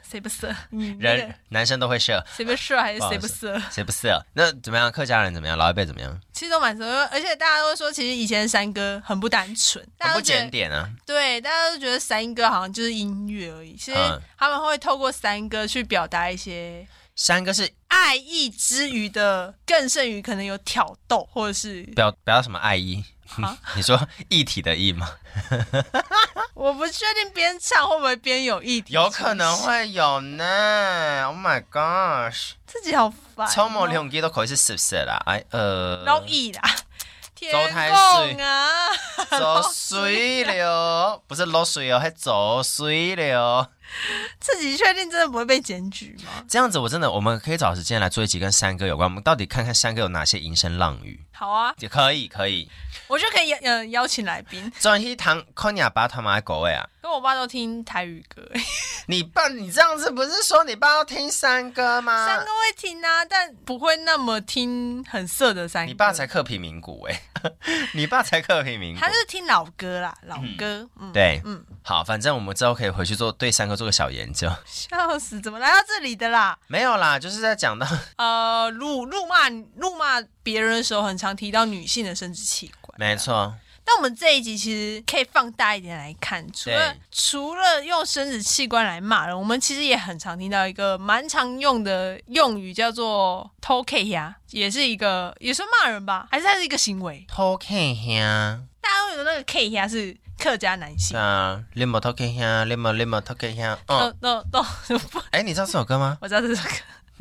A: *laughs* 谁不色？嗯，那个
B: 人男生都会色，
A: 谁不色还是
B: 不好
A: 谁
B: 意
A: 不
B: 思
A: 色？
B: 谁不色？那怎么样？客家人怎么样？老一辈怎么样？
A: 其实都蛮色，而且大家都说，其实以前山歌很不单纯，大家
B: 很不
A: 都觉
B: 检
A: 得
B: 点啊。
A: 对，大家都觉得山歌好像就是音乐而已。其实
B: 嗯
A: 他们会透过山歌去表达一些
B: 三个是
A: 爱意之余的，更胜于可能有挑逗或者是
B: 表表达什么爱意
A: 啊？
B: *laughs* 你说一体的
A: *laughs*
B: 意吗？
A: 我不确定边唱会不会边有意题，
B: 有可能会有呢。Oh my gosh，
A: 自己好烦、哦，
B: 超模两句都可以是十色啦。哎呃，
A: 容易
B: *laughs*
A: 啦，天
B: 周太
A: 公啊，
B: 走水流，不是落水哦，还走水流。
A: 自己确定真的不会被检举吗？
B: 这样子我真的，我们可以找时间来做一集跟山歌有关。我们到底看看山歌有哪些淫声浪语？
A: 好啊，
B: 也可以，可以。
A: 我就可以呃邀请来宾，
B: 总有一堂空哑巴他妈的狗哎啊！
A: 跟我爸都听台语歌、欸，
B: 你爸，你这样子不是说你爸要听山歌吗？
A: 三个会听啊，但不会那么听很色的三个。
B: 你爸才克平民骨哎、 *laughs* 你爸才克平民骨
A: 他。就是听老歌啦，老歌，嗯，
B: 对，
A: 嗯，
B: 好，反正我们之后可以回去做对山歌做个小研究。
A: 笑死，怎么来到这里的啦？
B: 没有啦，就是在讲到 *laughs*
A: 呃，辱辱骂辱骂别人的时候，很常提到女性的生殖器官。
B: 没错，
A: 但我们这一集其实可以放大一点来看，除了
B: 对
A: 除了用生殖器官来骂人，我们其实也很常听到一个蛮常用的用语，叫做“偷 K 呀”，也是一个也算骂人吧，还是它是一个行为？
B: 偷看兄，
A: 大家会有那个 K 呀是客家男性
B: 对，啊，你莫偷看兄，你莫你莫偷看兄。
A: 那
B: 嗯，
A: 那那 *laughs* 不，
B: 哎、你知道这首歌吗？
A: 我知道这首歌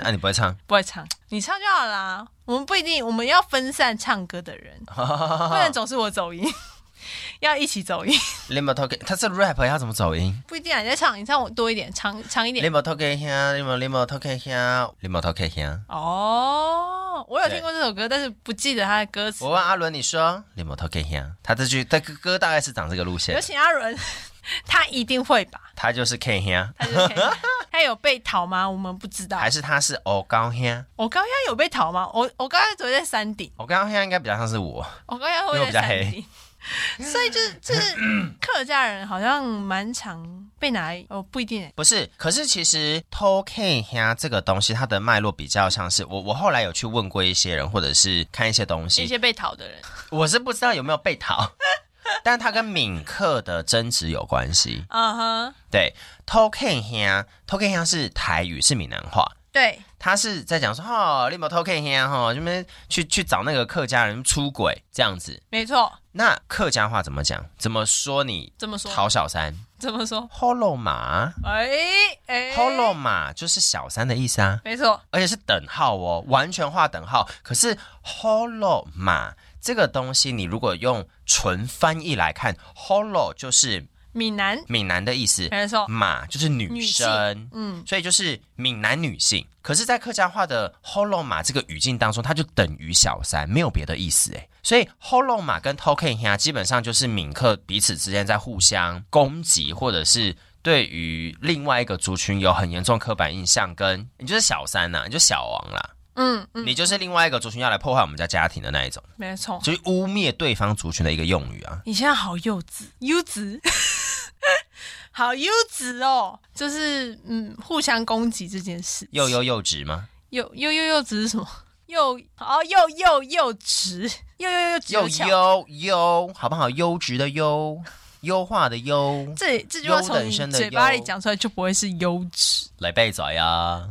B: 那、你不会唱？ *laughs*
A: 不会唱，你唱就好啦。我们不一定，我们要分散唱歌的人，
B: 啊
A: 不能总是我走音， *laughs* 要一起走音。
B: 你莫偷看，他是 rap 要怎么走音？
A: 不一定啊，你再唱，你唱我多一点，长长一点
B: 你。莫偷看兄，你莫你莫偷看兄，你莫偷看兄。
A: 哦，我有
B: 对
A: 听过这首歌，但是不记得它的歌词
B: 我。问阿伦，你说你莫偷看兄，他这句他歌大概是长这个路
A: 有
B: 线，
A: 请阿伦， *laughs* 他一定会吧？
B: 他就是 K 兄， *laughs*
A: 他就可以他有被逃吗？我们不知道
B: 啊还。是他是欧高啊兄？
A: 我刚刚有被逃吗？我我刚刚只会在山顶，
B: 我刚刚啊应该比较像是我，
A: 我刚刚
B: 因为我
A: 会在
B: 比较
A: 山
B: 黑
A: 顶。所以就是就是客家人好像蛮常被拿来哦，不一定欸
B: 不是。可是其实偷 K 呀啊这个东西，它的脉络比较像是我，我后来有去问过一些人，或者是看一些东
A: 一
B: 西，
A: 些被逃的人。
B: 我是不知道有没有被讨， *laughs* 但它跟闽客的争执有关系。
A: 嗯哼，
B: 对，偷 K 呀，啊偷 K 呀是台语，是闽南话。
A: 对，
B: 他是在讲说，哦，你有没有偷看呀？哈，就边去去找那个客家人出轨这样子。
A: 没错。
B: 那客家话怎么讲？怎么说你
A: 这么说，
B: 讨小三
A: 这么说，
B: ？Hello 马
A: 哎哎
B: ，Hello 马就是小三的意思啊，
A: 没错，
B: 而且是等号哦，完全画等号。可是 Hello 马这个东西，你如果用纯翻译来看，Hello 就是
A: 闽南，
B: 闽南的意思，
A: 没错，
B: 马就是女生。
A: 嗯，
B: 所以就是闽南女性。可是，在客家话的 “holo 马”这个语境当中，它就等于小三，没有别的意思哎。所以 “holo 马”跟 “token 呀”基本上就是闽客彼此之间在互相攻击，或者是对于另外一个族群有很严重刻板印象，跟你就是小三啊呐、你就是小王啦。
A: 嗯嗯，
B: 你就是另外一个族群要来破坏我们家家庭的那一种，
A: 没错。
B: 就是污蔑对方族群的一个用语啊。
A: 你现在好幼稚，幼稚，好优质哦，就是嗯，互相攻击这件事。
B: 又优又直吗？
A: 又又又又直是什么？又哦，又又又直，又又又直
B: 又
A: 巧
B: 优优，好不好？优质的优，优化的优，
A: 这这句话从
B: 优等
A: 你
B: 生的
A: 嘴巴里
B: 优
A: 讲出来就不会是优质。
B: 来啊背仔呀！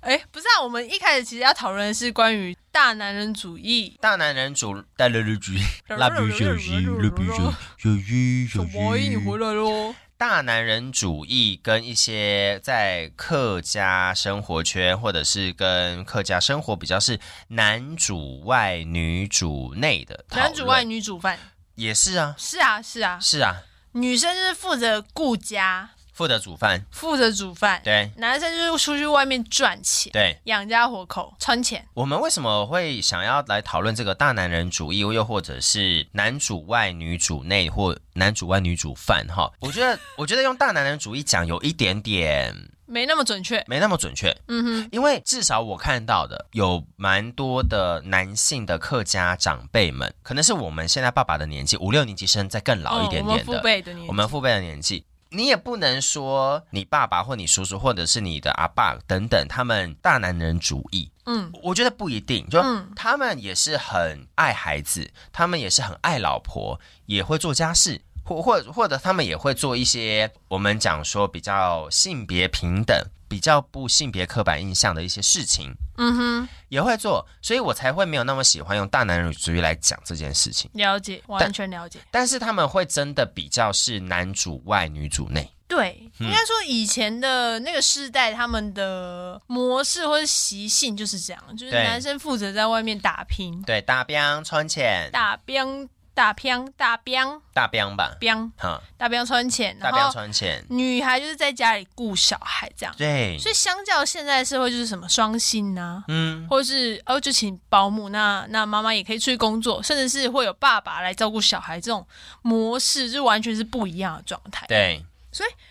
A: 哎，不是啊，我们一开始其实要讨论的是关于大男人主义。
B: 大男人主带了绿菊， *laughs* 蜡笔小新，蜡笔小新，小
A: 小
B: 新，
A: 博你回来喽！
B: 大男人主义跟一些在客家生活圈，或者是跟客家生活比较是男主外女主内的讨论
A: 男主外女主外，
B: 也是啊，
A: 是啊是啊，
B: 是啊，
A: 女生就是负责顾家，
B: 负责煮饭，
A: 负责煮饭，
B: 对
A: 男生就是出去外面赚钱，
B: 对。
A: 养家活口，存钱。
B: 我们为什么会想要来讨论这个大男人主义，又或者是男主外女主内，或男主外女主饭？哈，我觉得， *laughs* 我觉得用大男人主义讲有一点点
A: 没那么准确，
B: 没那么准确，
A: 嗯哼，
B: 因为至少我看到的有蛮多的男性的客家长辈们，可能是我们现在爸爸的年纪，五六年级生再更老一点
A: 嗯我们
B: 点
A: 父
B: 的，
A: 辈的年纪，
B: 我们父辈的年纪。你也不能说你爸爸或你叔叔或者是你的阿爸等等，他们大男人主义，
A: 嗯
B: 我觉得不一定。就
A: 嗯
B: 他们也是很爱孩子，他们也是很爱老婆，也会做家事，或或或者他们也会做一些我们讲说比较性别平等、比较不性别刻板印象的一些事情，
A: 嗯哼，
B: 也会做，所以我才会没有那么喜欢用大男人主义来讲这件事情。
A: 了解，完全了解。
B: 但是他们会真的比较是男主外女主内，
A: 对，
B: 嗯
A: 应该说以前的那个世代，他们的模式或者习性就是这样，就是
B: 对
A: 男生负责在外面打拼，
B: 对，大兵穿钱，
A: 打兵打拼打兵
B: 大兵吧，
A: 兵
B: 哈，
A: 打兵穿钱，
B: 大
A: 然
B: 兵
A: 后嗯
B: 穿钱，
A: 女孩就是在家里顾小孩这样。
B: 对，
A: 所以相较现在的社会，就是什么双薪呐、
B: 嗯，
A: 或者是哦就请保姆，那那妈妈也可以出去工作，甚至是会有爸爸来照顾小孩这种模式，就完全是不一样的状态。
B: 对，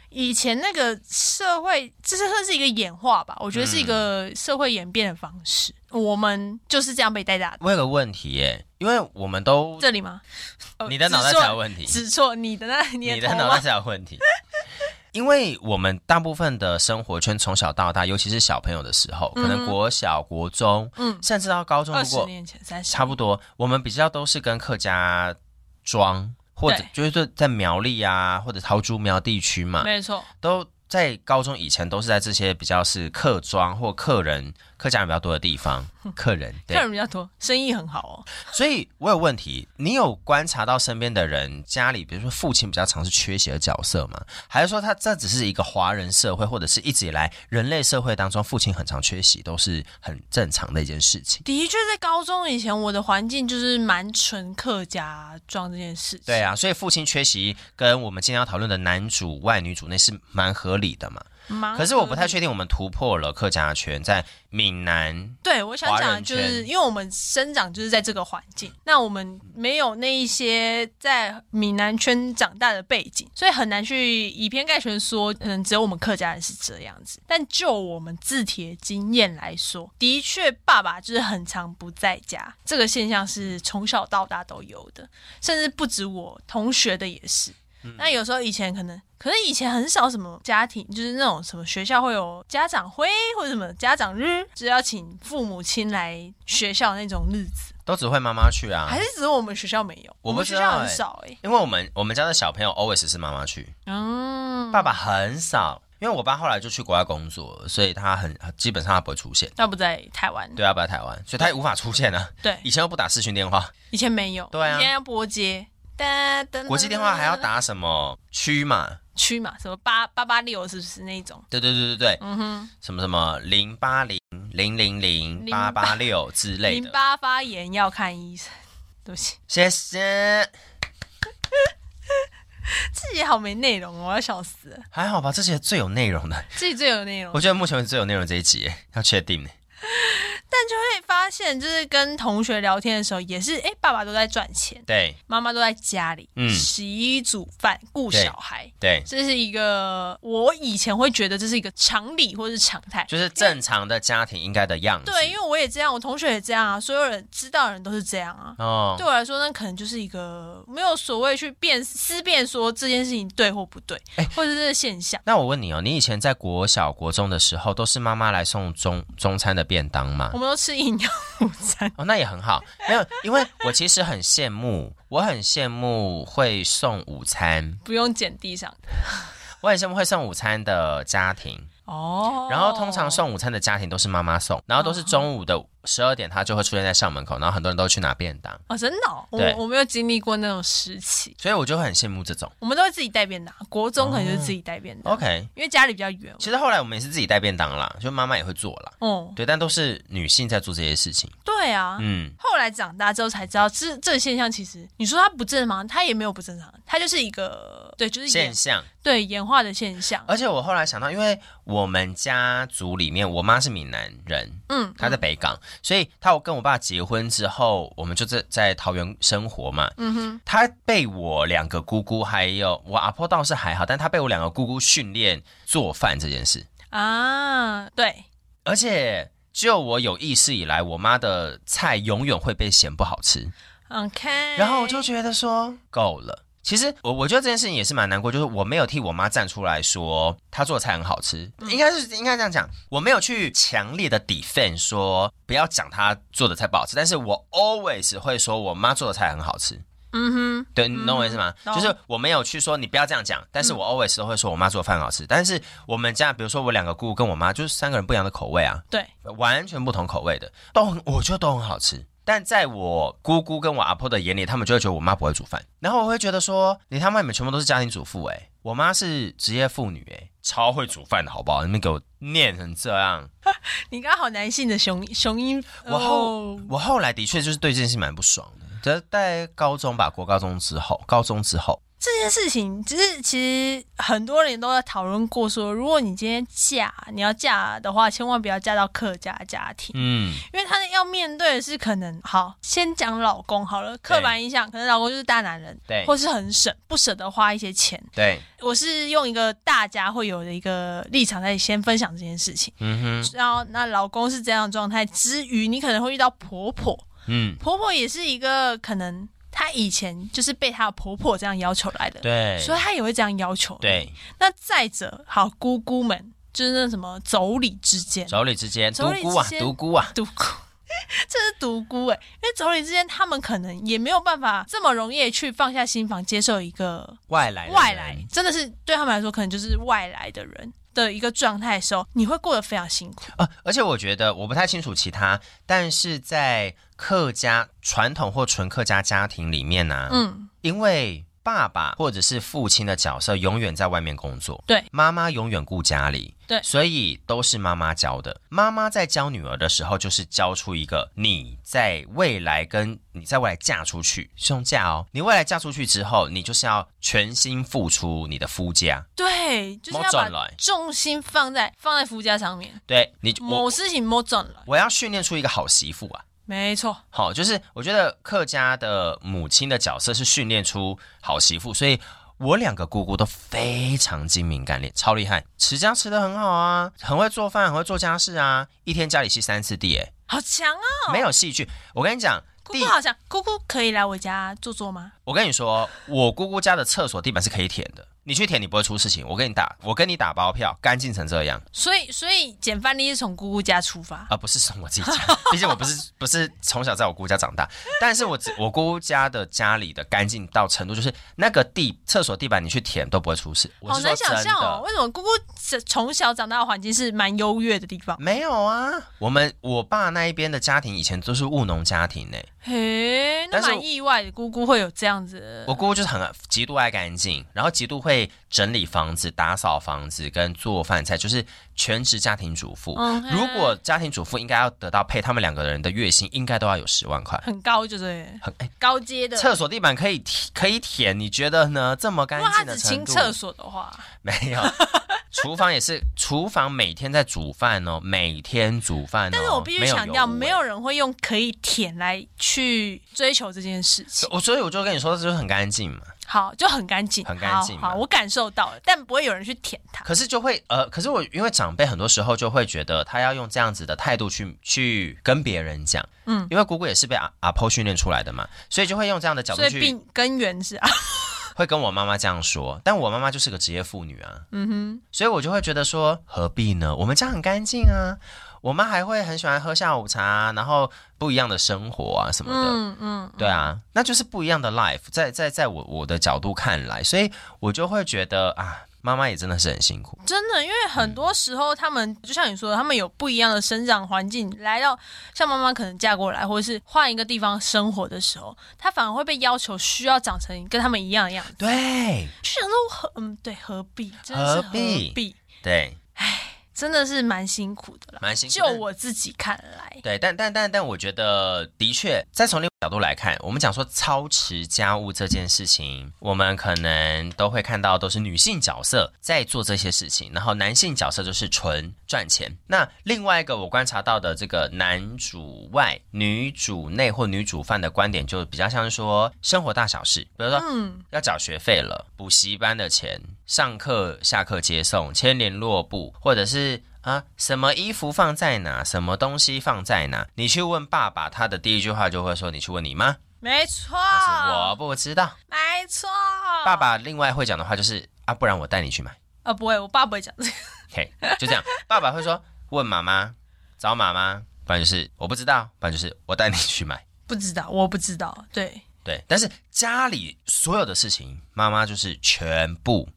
A: 以前那个社会，这是算是一个演化吧，我觉得是一个
B: 嗯
A: 社会演变的方式。我们就是这样被带大的。
B: 我有个问题耶，因为我们都
A: 这里吗？呃
B: 你的脑袋才有问题，
A: 指错你的那你
B: 你
A: 的
B: 的
A: 头啊
B: 脑袋
A: 吗？
B: 才有问题。 *laughs* 因为我们大部分的生活圈从小到大，尤其是小朋友的时候，可能国小、国中，
A: 嗯，
B: 甚至到高中，
A: 二
B: 如
A: 十
B: 果
A: 年前、三十
B: 差不多，我们比较都是跟客家庄或者就是在苗栗啊，或者桃竹苗地区嘛，
A: 没错，
B: 都在高中以前都是在这些比较是客庄或客人、客家人比较多的地方，
A: *laughs*
B: 客人
A: 客
B: 对。
A: 人比较多，生意很好哦。
B: 所以我有问题，你有观察到身边的人家里，比如说父亲比较常是缺席的角色吗？还是说他这只是一个华人社会，或者是一直以来人类社会当中父亲很常缺席，都是很正常的一件事情？
A: 的确，在高中以前，我的环境就是蛮纯客家庄这件事情。
B: 对啊，所以父亲缺席跟我们今天要讨论的男主外女主内是蛮合理的嘛。
A: 蛮合理，
B: 可是我不太确定我们突破了客家圈，在闽南
A: 对，我想讲
B: 华
A: 的
B: 人
A: 就
B: 圈
A: 是，因为我们生长就是在这个环境，那我们没有那一些在闽南圈长大的背景，所以很难去以偏概全说，可能只有我们客家人是这样子。但就我们自体的经验来说，的确爸爸就是很常不在家，这个现象是从小到大都有的，甚至不止我同学的也是。
B: 嗯
A: 那有时候以前可能，可是以前很少什么家庭，就是那种什么学校会有家长会或者什么家长日，就是要请父母亲来学校那种日子，
B: 都只会妈妈去啊
A: 还，是只有我们学校没有？
B: 我不
A: 们
B: 知
A: 学
B: 道
A: 校很
B: 欸
A: 少哎、
B: 因为我们我们家的小朋友 always 是妈妈去，
A: 嗯，
B: 爸爸很少，因为我爸后来就去国外工作，所以他很基本上他不会出现。
A: 他不在台湾，
B: 对啊，不在台湾，所以他也无法出现啊。
A: 对，
B: 以前又不打视讯电话，
A: 以前没有，
B: 对啊
A: 以前要拨接。哒哒
B: 国际电话还要打什么区嘛？
A: 区嘛，什么八八八六是不是那种？
B: 对对对对对，
A: 嗯哼，
B: 什么什么零八零零零零八八六之类
A: 淋
B: 的。
A: 巴发炎要看医生，对不起，
B: 谢谢，
A: 自己好没内容，我要笑死了，
B: 还好吧？
A: 嗯
B: 这些最有内容的，
A: 自己最有内容
B: 我。觉得目前为止最有内容这一集耶要确定耶。
A: 但就会发现，就是跟同学聊天的时候，也是哎、诶爸爸都在赚钱，
B: 对
A: 妈妈都在家里，
B: 嗯
A: 洗衣煮饭，顾
B: 对
A: 小孩，
B: 对，
A: 这是一个我以前会觉得这是一个常理或是常态。
B: 就是正常的家庭应该的样子。
A: 对，因为我也这样，我同学也这样啊，所有人知道的人都是这样啊。
B: 哦
A: 对，我来说，那可能就是一个没有所谓去辨思辨说这件事情对或不对，或者是这个现象。
B: 那我问你哦，你以前在国小、国中的时候，都是妈妈来送中中餐的便当吗
A: 我？们都吃营养午餐，
B: 哦，那也很好。没有，因为我其实很羡慕，我很羡慕会送午餐，
A: 不用捡地上的
B: 我很羡慕会送午餐的家庭。
A: 哦。
B: 然后通常送午餐的家庭都是妈妈送，然后都是中午的十二点，她就会出现在校门口，然后很多人都去拿便当，
A: 哦，真的、哦，
B: 对
A: 我我没有经历过那种时期，
B: 所以我就很羡慕这种。
A: 我们都会自己带便当，国中可能就是自己带便当，
B: OK，
A: 因为家里比较远。
B: 其实后来我们也是自己带便当啦，就妈妈也会做啦。
A: 哦、
B: 对，但都是女性在做这些事情。
A: 对啊。
B: 嗯，
A: 后来长大之后才知道，这这个现象其实你说它不正常，它也没有不正常，它就是一个对，就是演
B: 现象。哎
A: 对演化的现象。
B: 而且我后来想到，因为我们家族里面，我妈是闽南人，
A: 嗯，
B: 她在北港，所以她跟我爸结婚之后，我们就在在桃园生活嘛。
A: 嗯哼，
B: 她被我两个姑姑还有我阿婆倒是还好，但她被我两个姑姑训练做饭这件事，
A: 啊，对，
B: 而且。就我有意识以来，我妈的菜永远会被嫌不好吃，
A: OK，
B: 然后我就觉得说够了。其实我我觉得这件事情也是蛮难过，就是我没有替我妈站出来说她做的菜很好吃，
A: 嗯
B: 应该是应该这样讲，我没有去强烈的 defend 说不要讲她做的菜不好吃，但是我 always 会说我妈做的菜很好吃。
A: 嗯哼，
B: 对，你懂我意思吗？
A: 懂嗯
B: 就是我没有去说你不要这样讲，但是我 always 都会说我妈做的饭很好吃。但是我们家，比如说我两个姑姑跟我妈，就是三个人不一样的口味啊，
A: 对，
B: 完全不同口味的，都很，我觉得都很好吃。但在我姑姑跟我阿婆的眼里，他们就会觉得我妈不会煮饭，然后我会觉得说，你他妈你们全部都是家庭主妇哎、我妈是职业妇女哎、超会煮饭的好不好？你们给我念成这样，
A: 你刚好男性的雄雄鹰，
B: 我后、
A: 哦
B: 我后来的确就是对这件事蛮不爽的，这在高中吧，国高中之后，高中之后，
A: 这件事情，只是其实很多人都在讨论过说，如果你今天嫁，你要嫁的话，千万不要嫁到客家家庭，
B: 嗯，
A: 因为他要面对的是可能好，先讲老公好了，刻板印象，可能老公就是大男人，
B: 对
A: 或是很省，不舍得花一些钱。
B: 对，
A: 我是用一个大家会有的一个立场在先分享这件事情，
B: 嗯哼，
A: 然后那老公是这样的状态之余，你可能会遇到婆婆，
B: 嗯，
A: 婆婆也是一个可能她以前就是被她的婆婆这样要求来的，
B: 对，
A: 所以她也会这样要求。，
B: 对，
A: 那再者，好姑姑们就是那什么妯娌之间，
B: 妯娌之间，独
A: 妯娌
B: 孤啊
A: 之，间
B: 独孤啊，
A: 独孤。这是独孤哎、因为妯娌之间，他们可能也没有办法这么容易去放下心房，接受一个
B: 外来的
A: 外来
B: 人，
A: 真的是对他们来说，可能就是外来的人的一个状态的时候，你会过得非常辛苦。
B: 啊，而且我觉得我不太清楚其他，但是在客家传统或纯客家家庭里面呢、啊
A: 嗯，
B: 因为爸爸或者是父亲的角色永远在外面工作，
A: 对
B: 妈妈永远顾家里，
A: 对
B: 所以都是妈妈教的。妈妈在教女儿的时候，就是教出一个你在未来跟你在未来嫁出去是用嫁哦，你未来嫁出去之后，你就是要全心付出你的夫家，
A: 对，就是要
B: 没转
A: 把
B: 来
A: 重心放在放在夫家上面，
B: 对你我
A: 某事情摸转了，
B: 我要训练出一个好媳妇啊。
A: 没错，
B: 好，就是我觉得客家的母亲的角色是训练出好媳妇，所以我两个姑姑都非常精明干练，超厉害，持家持得很好啊，很会做饭，很会做家事啊，一天家里吸三次地，哎，
A: 好强啊！
B: 没有戏剧。我跟你讲，
A: 姑
B: 地
A: 姑，好强，姑姑可以来我家坐坐吗？
B: 我跟你说，我姑姑家的厕所地板是可以舔的，你去舔你不会出事情，我跟你打，我跟你打包票，干净成这样
A: 所以，所以简范丽是从姑姑家出发
B: 而、啊不是从我自己家， *laughs* 毕竟我不是不是从小在我姑家长大，但是我只我姑家的家里的干净到程度，就是那个地厕所地板你去舔都不会出事，我
A: 好
B: 是说
A: 难
B: 真
A: 想
B: 的，
A: 象哦，为什么姑姑这从小长大的环境是蛮优越的地方？
B: 没有啊，我们我爸那一边的家庭以前都是务农家庭呢、
A: 嘿，那
B: 但是
A: 蛮意外的，姑姑会有这样子
B: 我姑姑就是很极度爱干净，然后极度会以整理房子、打扫房子跟做饭菜就是全职家庭主妇。
A: 嗯，
B: 如果家庭主妇应该要得到配他们两个人的月薪，应该都要有十万块。
A: 很高就对，
B: 很哎
A: 高阶的。
B: 厕所地板可以舔可以舔，你觉得呢？这么干
A: 如果他
B: 净
A: 只
B: 的
A: 清
B: 程度，
A: 厕所的话，
B: 没
A: *laughs*
B: 有。厨房也是，厨房每天在煮饭哦，每天煮饭、哦。
A: 但是我必须
B: 没有
A: 强调，
B: 油味
A: 没有人会用可以舔来去追求这件事情。
B: 我所以我就跟你说，这就是很干净嘛。
A: 好，就很干净，
B: 很干净嘛
A: 好，好我感受到了，但不会有人去舔它。
B: 可是就会呃，可是我因为长辈很多时候就会觉得他要用这样子的态度去去跟别人讲，嗯，因为姑姑也是被阿阿婆训练出来的嘛，所以就会用这样的角度
A: 所以
B: 去，
A: 病根源是啊， *laughs*
B: 会跟我妈妈这样说。但我妈妈就是个职业妇女啊，
A: 嗯
B: 所以我就会觉得说，何必呢？我们家很干净啊，我妈还会很喜欢喝下午茶啊、然后不一样的生活啊什
A: 哼，
B: 么的。
A: 嗯嗯，
B: 对啊，那就是不一样的 life，在在在我我的角度看来，所以我就会觉得啊，妈妈也真的是很辛苦。
A: 真的，因为
B: 嗯
A: 很多时候他们、就像你说的，他们有不一样的生长环境，来到像妈妈可能嫁过来，或者是换一个地方生活的时候，她反而会被要求需要长成跟他们一样的样子。
B: 对
A: 就想说何嗯，对，何必？真的是
B: 何
A: 何
B: 必
A: 必？
B: 对，
A: 真的是蛮辛苦的啦。
B: 蛮辛苦
A: 就
B: 的。
A: 我自己看来，
B: 对，但但但但我觉得，的确，再从另一个角度来看，我们讲说操持家务这件事情，我们可能都会看到都是女性角色在做这些事情，然后男性角色就是纯赚钱。那另外一个我观察到的这个男主外、女主内或女主犯的观点，就比较像是说生活大小事，比如说
A: 嗯，
B: 要缴学费了，补习班的钱，上课下课接送，签联络簿，或者是啊什么衣服放在哪，什么东西放在哪，你去问爸爸，他的第一句话就会说你去问你妈，
A: 没错，
B: 但是我不知道。
A: 没错，
B: 爸爸另外会讲的话就是啊，不然我带你去买，
A: 啊，不会，我爸不会讲这个。
B: 嘿，就这样。爸爸会说问妈妈，找妈妈，不然就是我不知道，不然就是我带你去买。
A: 不知道，我不知道。对，
B: 对，但是家里所有的事情，妈妈就是全部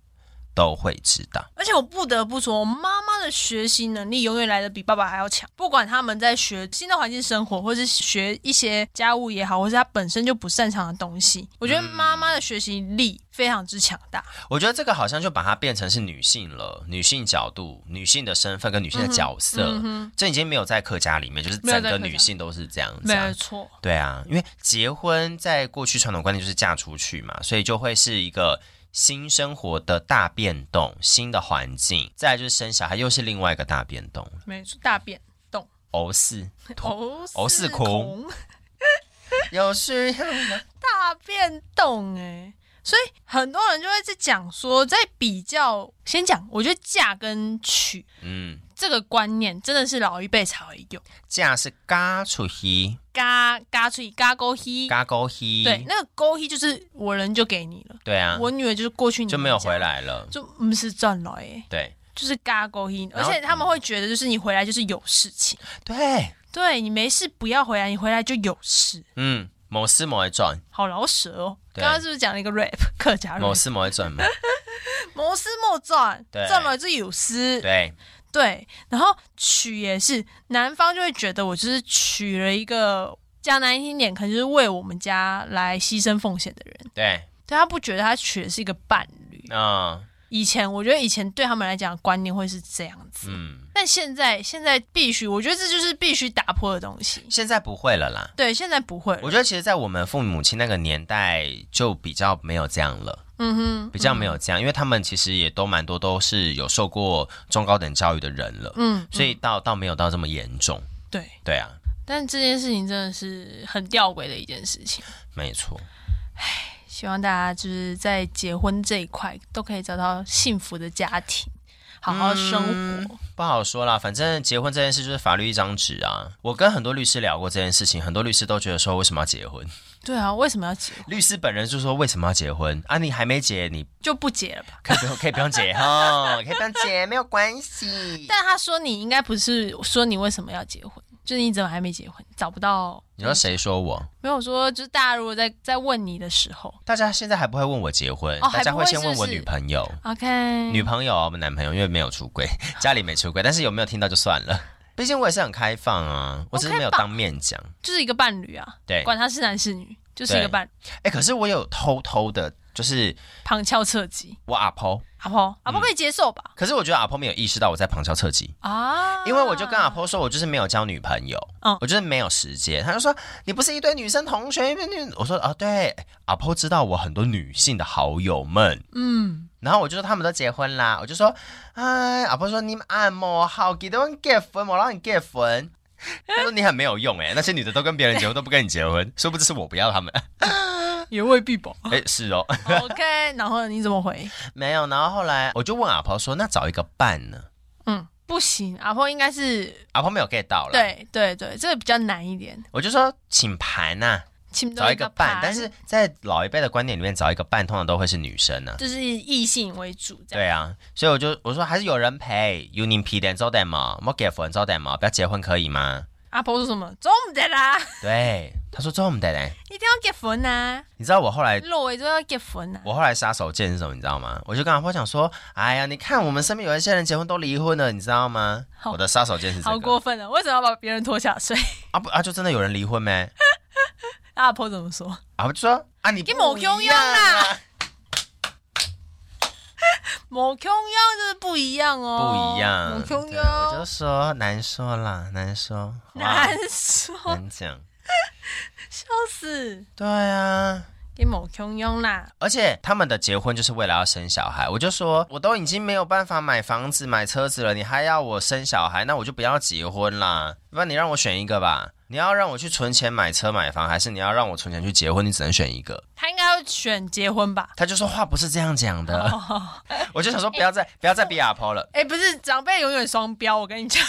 B: 都会知道。
A: 而且我不得不说，我妈妈的学习能力永远来的比爸爸还要强。不管他们在学新的环境生活，或是学一些家务也好，或是他本身就不擅长的东西，我觉得
B: 嗯
A: 妈妈的学习力非常之强大。
B: 我觉得这个好像就把它变成是女性了，女性角度、女性的身份跟女性的
A: 嗯
B: 角色，这已经没有在客家里面，就是整个女性都是这样子、啊
A: 没。错，
B: 对啊，因为结婚在过去传统观念就是嫁出去嘛，所以就会是一个新生活的大变动、新的环境，再来就是生小孩又是另外一个大变动。
A: 没错，大便动，
B: 哦，是
A: *laughs* 哦
B: 哦是孔，有需要
A: *laughs*
B: 吗？
A: 大变动哎、所以很多人就会在讲说，在比较，先讲，我觉得嫁跟娶
B: 嗯，
A: 这个观念真的是老一辈才会有。
B: 嫁是嘎出去，
A: 嘎嘎出去嘎勾嘿，
B: 嘎勾去，
A: 对，那个勾嘿就是我人就给你了，
B: 对啊，
A: 我女儿就是过去你
B: 就没有回
A: 家，
B: 来了。
A: 就不是赚来耶，
B: 对
A: 就是嘎勾嘿，而
B: 然后
A: 且他们会觉得就是你回来就是有事情，
B: 对，
A: 对你没事不要回来，你回来就有事，
B: 嗯，某司某一转，
A: 好饶舌哦。
B: 对
A: 刚刚是不是讲了一个 rap 客家
B: 某
A: rap？
B: 司某一
A: *laughs*
B: 转嘛，
A: 谋私莫赚，
B: 对
A: 赚来就有私，
B: 对，
A: 对，然后娶也是，男方就会觉得我就是娶了一个讲难听点，可能就是为我们家来牺牲奉献的人。
B: 对，
A: 对他不觉得他娶的是一个伴侣。
B: 嗯
A: 以前我觉得以前对他们来讲观念会是这样子，
B: 嗯，
A: 但现在现在必须，我觉得这就是必须打破的东西。
B: 现在不会了啦。
A: 对，现在不会了
B: 我觉得其实，在我们父母亲那个年代，就比较没有这样了，
A: 嗯哼，
B: 比较没有这样，因为他们其实也都蛮多都是有受过中高等教育的人了，
A: 嗯，
B: 所以倒倒没有到这么严重。
A: 对。
B: 对啊，
A: 但这件事情真的是很吊诡的一件事情，
B: 没错，
A: 希望大家就是在结婚这一块都可以找到幸福的家庭，好好生活。
B: 不好说啦。反正结婚这件事就是法律一张纸啊。我跟很多律师聊过这件事情，很多律师都觉得说，为什么要结婚？
A: 对啊，为什么要结婚？
B: 律师本人就说，为什么要结婚啊？你还没结，你
A: 就不结了吧？
B: 可以不用，可以不用解 *laughs* 哈，可以不用解，没有关系。
A: 但他说你应该不是说你为什么要结婚，就是你怎么还没结婚，找不到
B: 你说谁说我？
A: 没有说，就是大家如果在在问你的时候
B: 大家现在还不会问我结婚，
A: 哦
B: 大家
A: 还不会
B: 先问我
A: 是不是
B: 女朋友。
A: ，OK，
B: 女朋友啊，我们男朋友因为没有出轨，家里没出轨，但是有没有听到就算了。毕竟我也是很开放啊，我只是没有当面讲。
A: 就是一个伴侣啊，
B: 对，
A: 管他是男是女，就是一个
B: 对
A: 伴侣。
B: 哎、可是我有偷偷的就是
A: 旁敲侧击，
B: 我阿婆。
A: 阿婆阿啊婆可以接受吧？
B: 可是我觉得阿婆没有意识到我在旁敲侧击，
A: 啊，
B: 嗯因为我就跟阿婆说，我就是没有交女朋友，
A: 嗯
B: 我就是没有时间。他就说你不是一堆女生同学，我说啊对，阿婆知道我很多女性的好友们，
A: 嗯，
B: 然后我就说他们都结婚啦，我就说，哎，阿婆说你们按摩好，给他们结婚，我让你结婚。他说你很没有用哎、那些女的都跟别人结婚，都不跟你结婚， *laughs* 殊不知是我不要他们。
A: 也未必吧。
B: 哎、是哦，
A: *laughs* OK，然后你怎么回？
B: 没有。然后后来我就问阿婆说，那找一个伴呢？
A: 嗯，不行，阿婆应该是
B: 阿婆没有 get 到了，，
A: 对对对，这个比较难一点，
B: 我就说请盘啊呐、
A: 请到
B: 找一个伴
A: 盘，
B: 但是在老一辈的观点里面，找一个伴通常都会是女生呢、
A: 就是异性为主这样。
B: 对啊，所以我就我说还是有人陪，you need p 点招待嘛，我结婚招待嘛，不要结婚可以吗？
A: 阿婆说什么？中午的啦， *laughs*
B: 对，他说这我们得嘞。
A: 一定要结婚呐、
B: 你知道我后来
A: 落尾都要结婚啊呐、
B: 我后来杀手锏是什么？你知道吗？我就跟阿婆讲说，哎呀，你看我们身边有一些人结婚都离婚了，你知道吗？
A: 好
B: 我的杀手锏是这
A: 好
B: 个
A: 过分啊！为什么要把别人拖下水？ *laughs*
B: 啊不啊，就真的有人离婚没？
A: 阿婆怎么说？
B: 啊，我就说啊，你
A: 你
B: 不
A: 没
B: 一
A: 用
B: 样啊，
A: 某 Q 幺就是不一样哦，
B: 不一样，
A: 某 Q
B: 对我
A: 幺
B: 就说难说啦，难说，
A: *laughs*
B: 哇
A: 难说，
B: 难讲，
A: 笑死！
B: 对啊。
A: 给某 Q 幺啦，
B: 而且他们的结婚就是为了要生小孩，我就说我都已经没有办法买房子、买车子了，你还要我生小孩，那我就不要结婚啦。不然你让我选一个吧，你要让我去存钱买车买房，还是你要让我存钱去结婚？你只能选一个。
A: 他应该要选结婚吧？
B: 他就说话不是这样讲的， *laughs*
A: 哦，
B: 我就想说不要再不要再逼阿婆了。
A: 哎、不是，长辈永远双标，我跟你讲。 *laughs*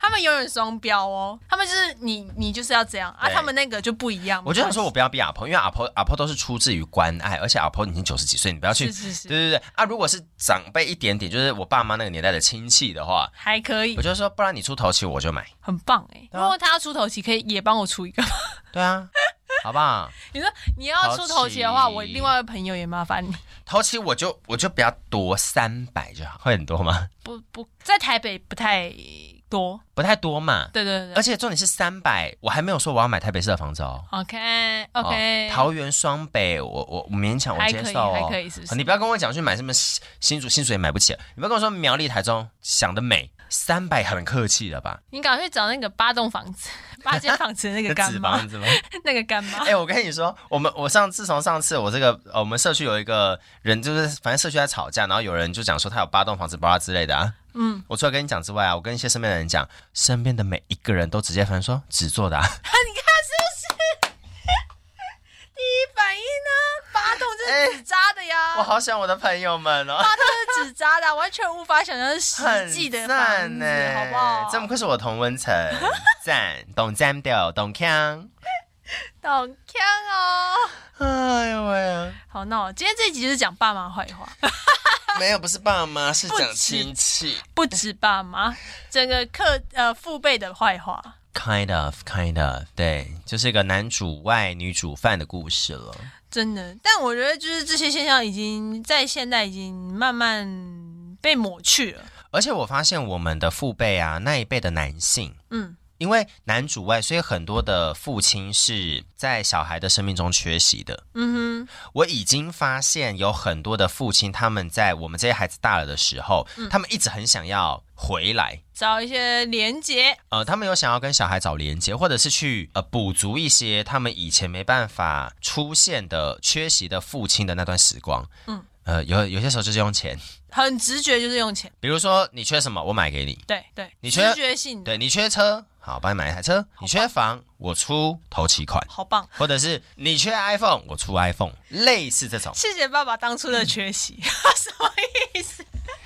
A: 他们永远双标哦，他们就是你，你就是要这样啊，
B: 对
A: 他们那个就不一样。
B: 我就想说，我不要逼阿婆，因为阿婆阿婆都是出自于关爱，而且阿婆已经九十几岁，你不要去
A: 是。是是，
B: 对对对啊！如果是长辈一点点，就是我爸妈那个年代的亲戚的话，
A: 还可以
B: 我，就说不然你出头期我就买。
A: 很棒哎、
B: 对啊
A: 如果他要出头期，可以也帮我出一个。
B: 对啊，好不好？
A: 你说你要出头期的话，
B: 好奇
A: 我另外一个朋友也麻烦你。
B: 头期我就我就不要多三百就好，会很多吗？
A: 不不，在台北不太多。
B: 不太多嘛。
A: 对对对
B: 而且重点是三百，我还没有说我要买台北市的房子哦。
A: ，OK OK，、
B: 哦桃园双北，我我我勉强我
A: 还
B: 接
A: 可以
B: 受哦。
A: 还可以，是不
B: 哦
A: 是？
B: 你不要跟我讲去买什么新新竹，新竹也买不起。你不要跟我说苗栗、台中，想得美，三百很客气了吧？
A: 你赶快去找那个八栋房
B: *laughs*
A: 子、八间房子的那个干
B: 纸
A: 妈，
B: 房子吗？
A: 那个干妈
B: *laughs* 哎、。我跟你说，我们我上自从上次我这个呃，我们社区有一个人，就是反正社区在吵架，然后有人就讲说他有八栋房子，巴拉之类的啊。
A: 嗯，
B: 我除了跟你讲之外啊，我跟一些身边的人讲，身边的每一个人都直接反正说纸做的、啊，
A: 第一反应呢，八栋
B: 哎
A: 就是纸扎的呀，
B: 我好想我的朋友们哦，
A: 八栋是纸扎的啊，完全无法想象是
B: 很
A: 实际的房
B: 赞
A: 子
B: 呢、，
A: 好不好？
B: 欸这么愧是我的同温层，赞，懂赞掉，懂腔。
A: 懂看哦。
B: 哎呦喂、啊，
A: 好，那我今天这一集就是讲爸妈坏话，
B: 没有，不是爸妈，是
A: 不
B: 讲
A: 止
B: 亲戚。
A: 不止爸妈，整个客呃父辈的坏话。
B: Kind of, kind of，对，就是一个男主外女主犯的故事了。
A: 真的，但我觉得就是这些现象已经在现代已经慢慢被抹去了。
B: 而且我发现我们的父辈啊，那一辈的男性，
A: 嗯，
B: 因为男主外，所以很多的父亲是在小孩的生命中缺席的。
A: 嗯哼，
B: 我已经发现有很多的父亲，他们在我们这些孩子大了的时候，
A: 嗯
B: 他们一直很想要回来。
A: 找一些连接，
B: 呃，他们有想要跟小孩找连接，或者是去呃补足一些他们以前没办法出现的、缺席的父亲的那段时光。嗯
A: 嗯，
B: 呃，有有些时候就是用钱，
A: 很直觉就是用钱。
B: 比如说你缺什么，我买给你。
A: 对对，
B: 你觉得
A: 直觉性的，
B: 对你缺车，好，帮你买一台车；你缺房，我出头期款，
A: 好棒！
B: 或者是你缺 iPhone，我出 iPhone，类似这种。
A: 谢谢爸爸当初
B: 嗯
A: 的缺席， *laughs* 什么意思？ *laughs*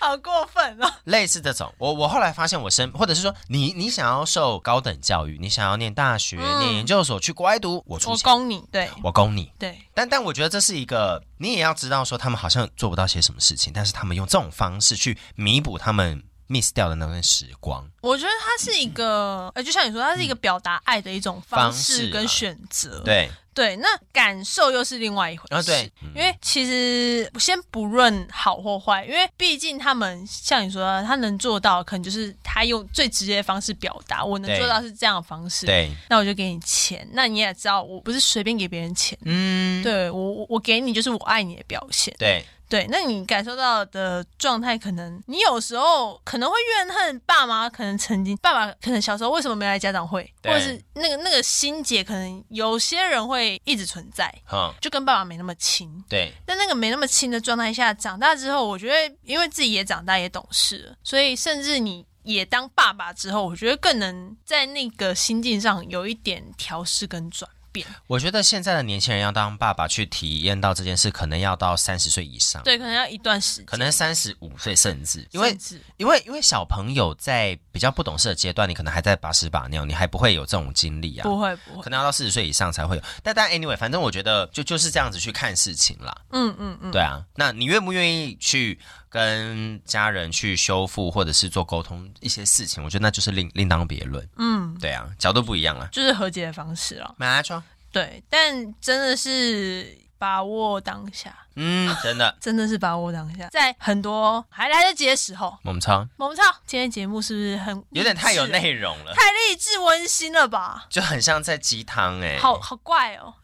A: 好过分哦！
B: 类似这种，我我后来发现我身，或者是说你你想要受高等教育，你想要念大学、
A: 嗯
B: 念研究所，去国外读，我出
A: 我
B: 钱，
A: 供你，对
B: 我供你。
A: 对，
B: 但但我觉得这是一个，你也要知道说他们好像做不到些什么事情，但是他们用这种方式去弥补他们 miss 掉的那段时光。
A: 我觉得它是一个，呃，就像你说，它是一个表达爱的一种方
B: 嗯方式
A: 式
B: 啊
A: 跟选择。
B: 对，
A: 对，嗯那感受又是另外一回事。
B: 啊对
A: 因为其实先不论好或坏，因为毕竟他们像你说的，他能做到，可能就是他用最直接的方式表达，我能
B: 对
A: 做到是这样的方式。
B: 对，
A: 那我就给你钱。那你也知道，我不是随便给别人钱。
B: 嗯，
A: 对我，我我给你就是我爱你的表现。
B: 对
A: 对，那你感受到的状态，可能你有时候可能会怨恨爸妈，可能曾经爸爸可能小时候为什么没来家长会，或
B: 对
A: 者是那个那个心结，可能有些人会一直存在，
B: 哼，
A: 就跟爸爸没那么亲。
B: 对
A: 在那个没那么亲的状态下，长大之后，我觉得因为自己也长大也懂事了，所以甚至你也当爸爸之后，我觉得更能在那个心境上有一点调试跟转变。
B: 我觉得现在的年轻人要当爸爸去体验到这件事，可能要到三十岁以上，
A: 对，可能要一段时间，
B: 可能三十五岁甚至，因为
A: 甚至
B: 因为因为小朋友在比较不懂事的阶段，你可能还在把屎把尿，你还不会有这种经历啊，
A: 不会不会，
B: 可能要到四十岁以上才会有。但但 anyway，反正我觉得就就是这样子去看事情啦。
A: 嗯嗯嗯，
B: 对啊，那你愿不愿意去跟家人去修复或者是做沟通一些事情？我觉得那就是另另当别论。
A: 嗯。
B: 对啊，角度不一样啊。
A: 就是和解的方式了。
B: 没错，
A: 对，但真的是把握当下，
B: 嗯，真的， *laughs*
A: 真的是把握当下，在很多还来得及的时候。
B: 我们超
A: 我们操，今天节目是不是很
B: 有点太有
A: 励志
B: 内容了
A: *laughs* 了，，太励志温馨了吧？
B: 就很像在鸡汤哎。
A: 好，好怪哦，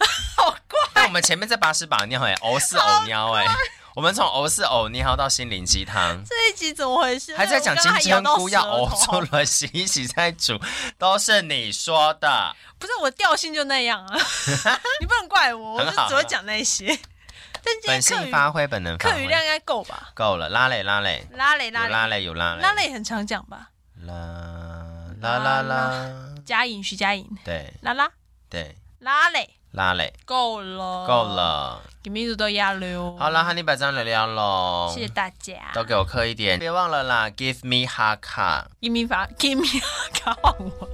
B: 那我们前面在把屎把尿哎，偶是偶尿哎， *laughs* 我们从偶是偶尿到心灵鸡汤。
A: 这一集怎么回事？
B: 还在讲
A: 我刚
B: 金
A: 刚还咬
B: 针
A: 到
B: 菇要
A: 舌
B: 熬
A: 头
B: 出了洗一洗再煮，都是你说的。
A: *laughs* 不是我调性就那
B: *laughs*
A: 样啊，你不能怪我，我就
B: 很好
A: 只会讲那些。但今
B: 本
A: 天
B: 性
A: 课
B: 发挥，本能
A: 语
B: 发
A: 课语
B: 挥。
A: 量应该够吧？
B: 够了，拉嘞拉嘞，
A: 拉蕾
B: 有
A: 拉蕾
B: 拉嘞有拉嘞，
A: 拉蕾很常讲吧？
B: 啦啦啦啦，
A: 加引徐加引
B: 对
A: 拉拉
B: 对，
A: 拉蕾
B: 拉嘞，
A: 够了，
B: 够了。
A: 给民族都压溜。
B: 好啦，和你百张聊聊喽，
A: 哦谢谢大家。
B: 都给我刻一点，别忘了啦，Give me 哈卡，
A: 移民法，Give me a 卡换我。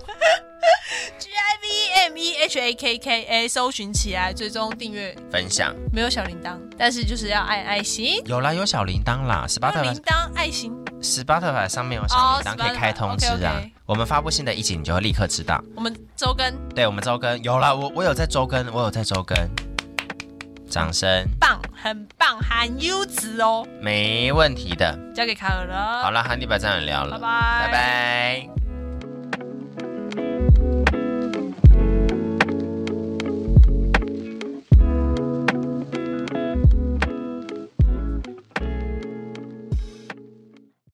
A: G I V M E H A K K A 搜寻起来，最终订阅
B: 分享。
A: 没有小铃铛，但是就是要按爱心，
B: 有啦，有小铃铛啦
A: 没有铃
B: ，Spotify
A: 铛爱心。
B: Spotify 上面有小
A: 哦
B: 铃铛可以开通知啊
A: Spotify，OK，OK。
B: 我们发布新的一集，你就会立刻知道。
A: 我们周更
B: 对，我们周更有啦，我我有在周更，我有在周更。掌声，
A: 棒，很棒，含优质哦，
B: 没问题的。
A: 交给卡尔了。
B: 好啦，和你百张聊聊了，
A: 拜拜
B: 拜拜。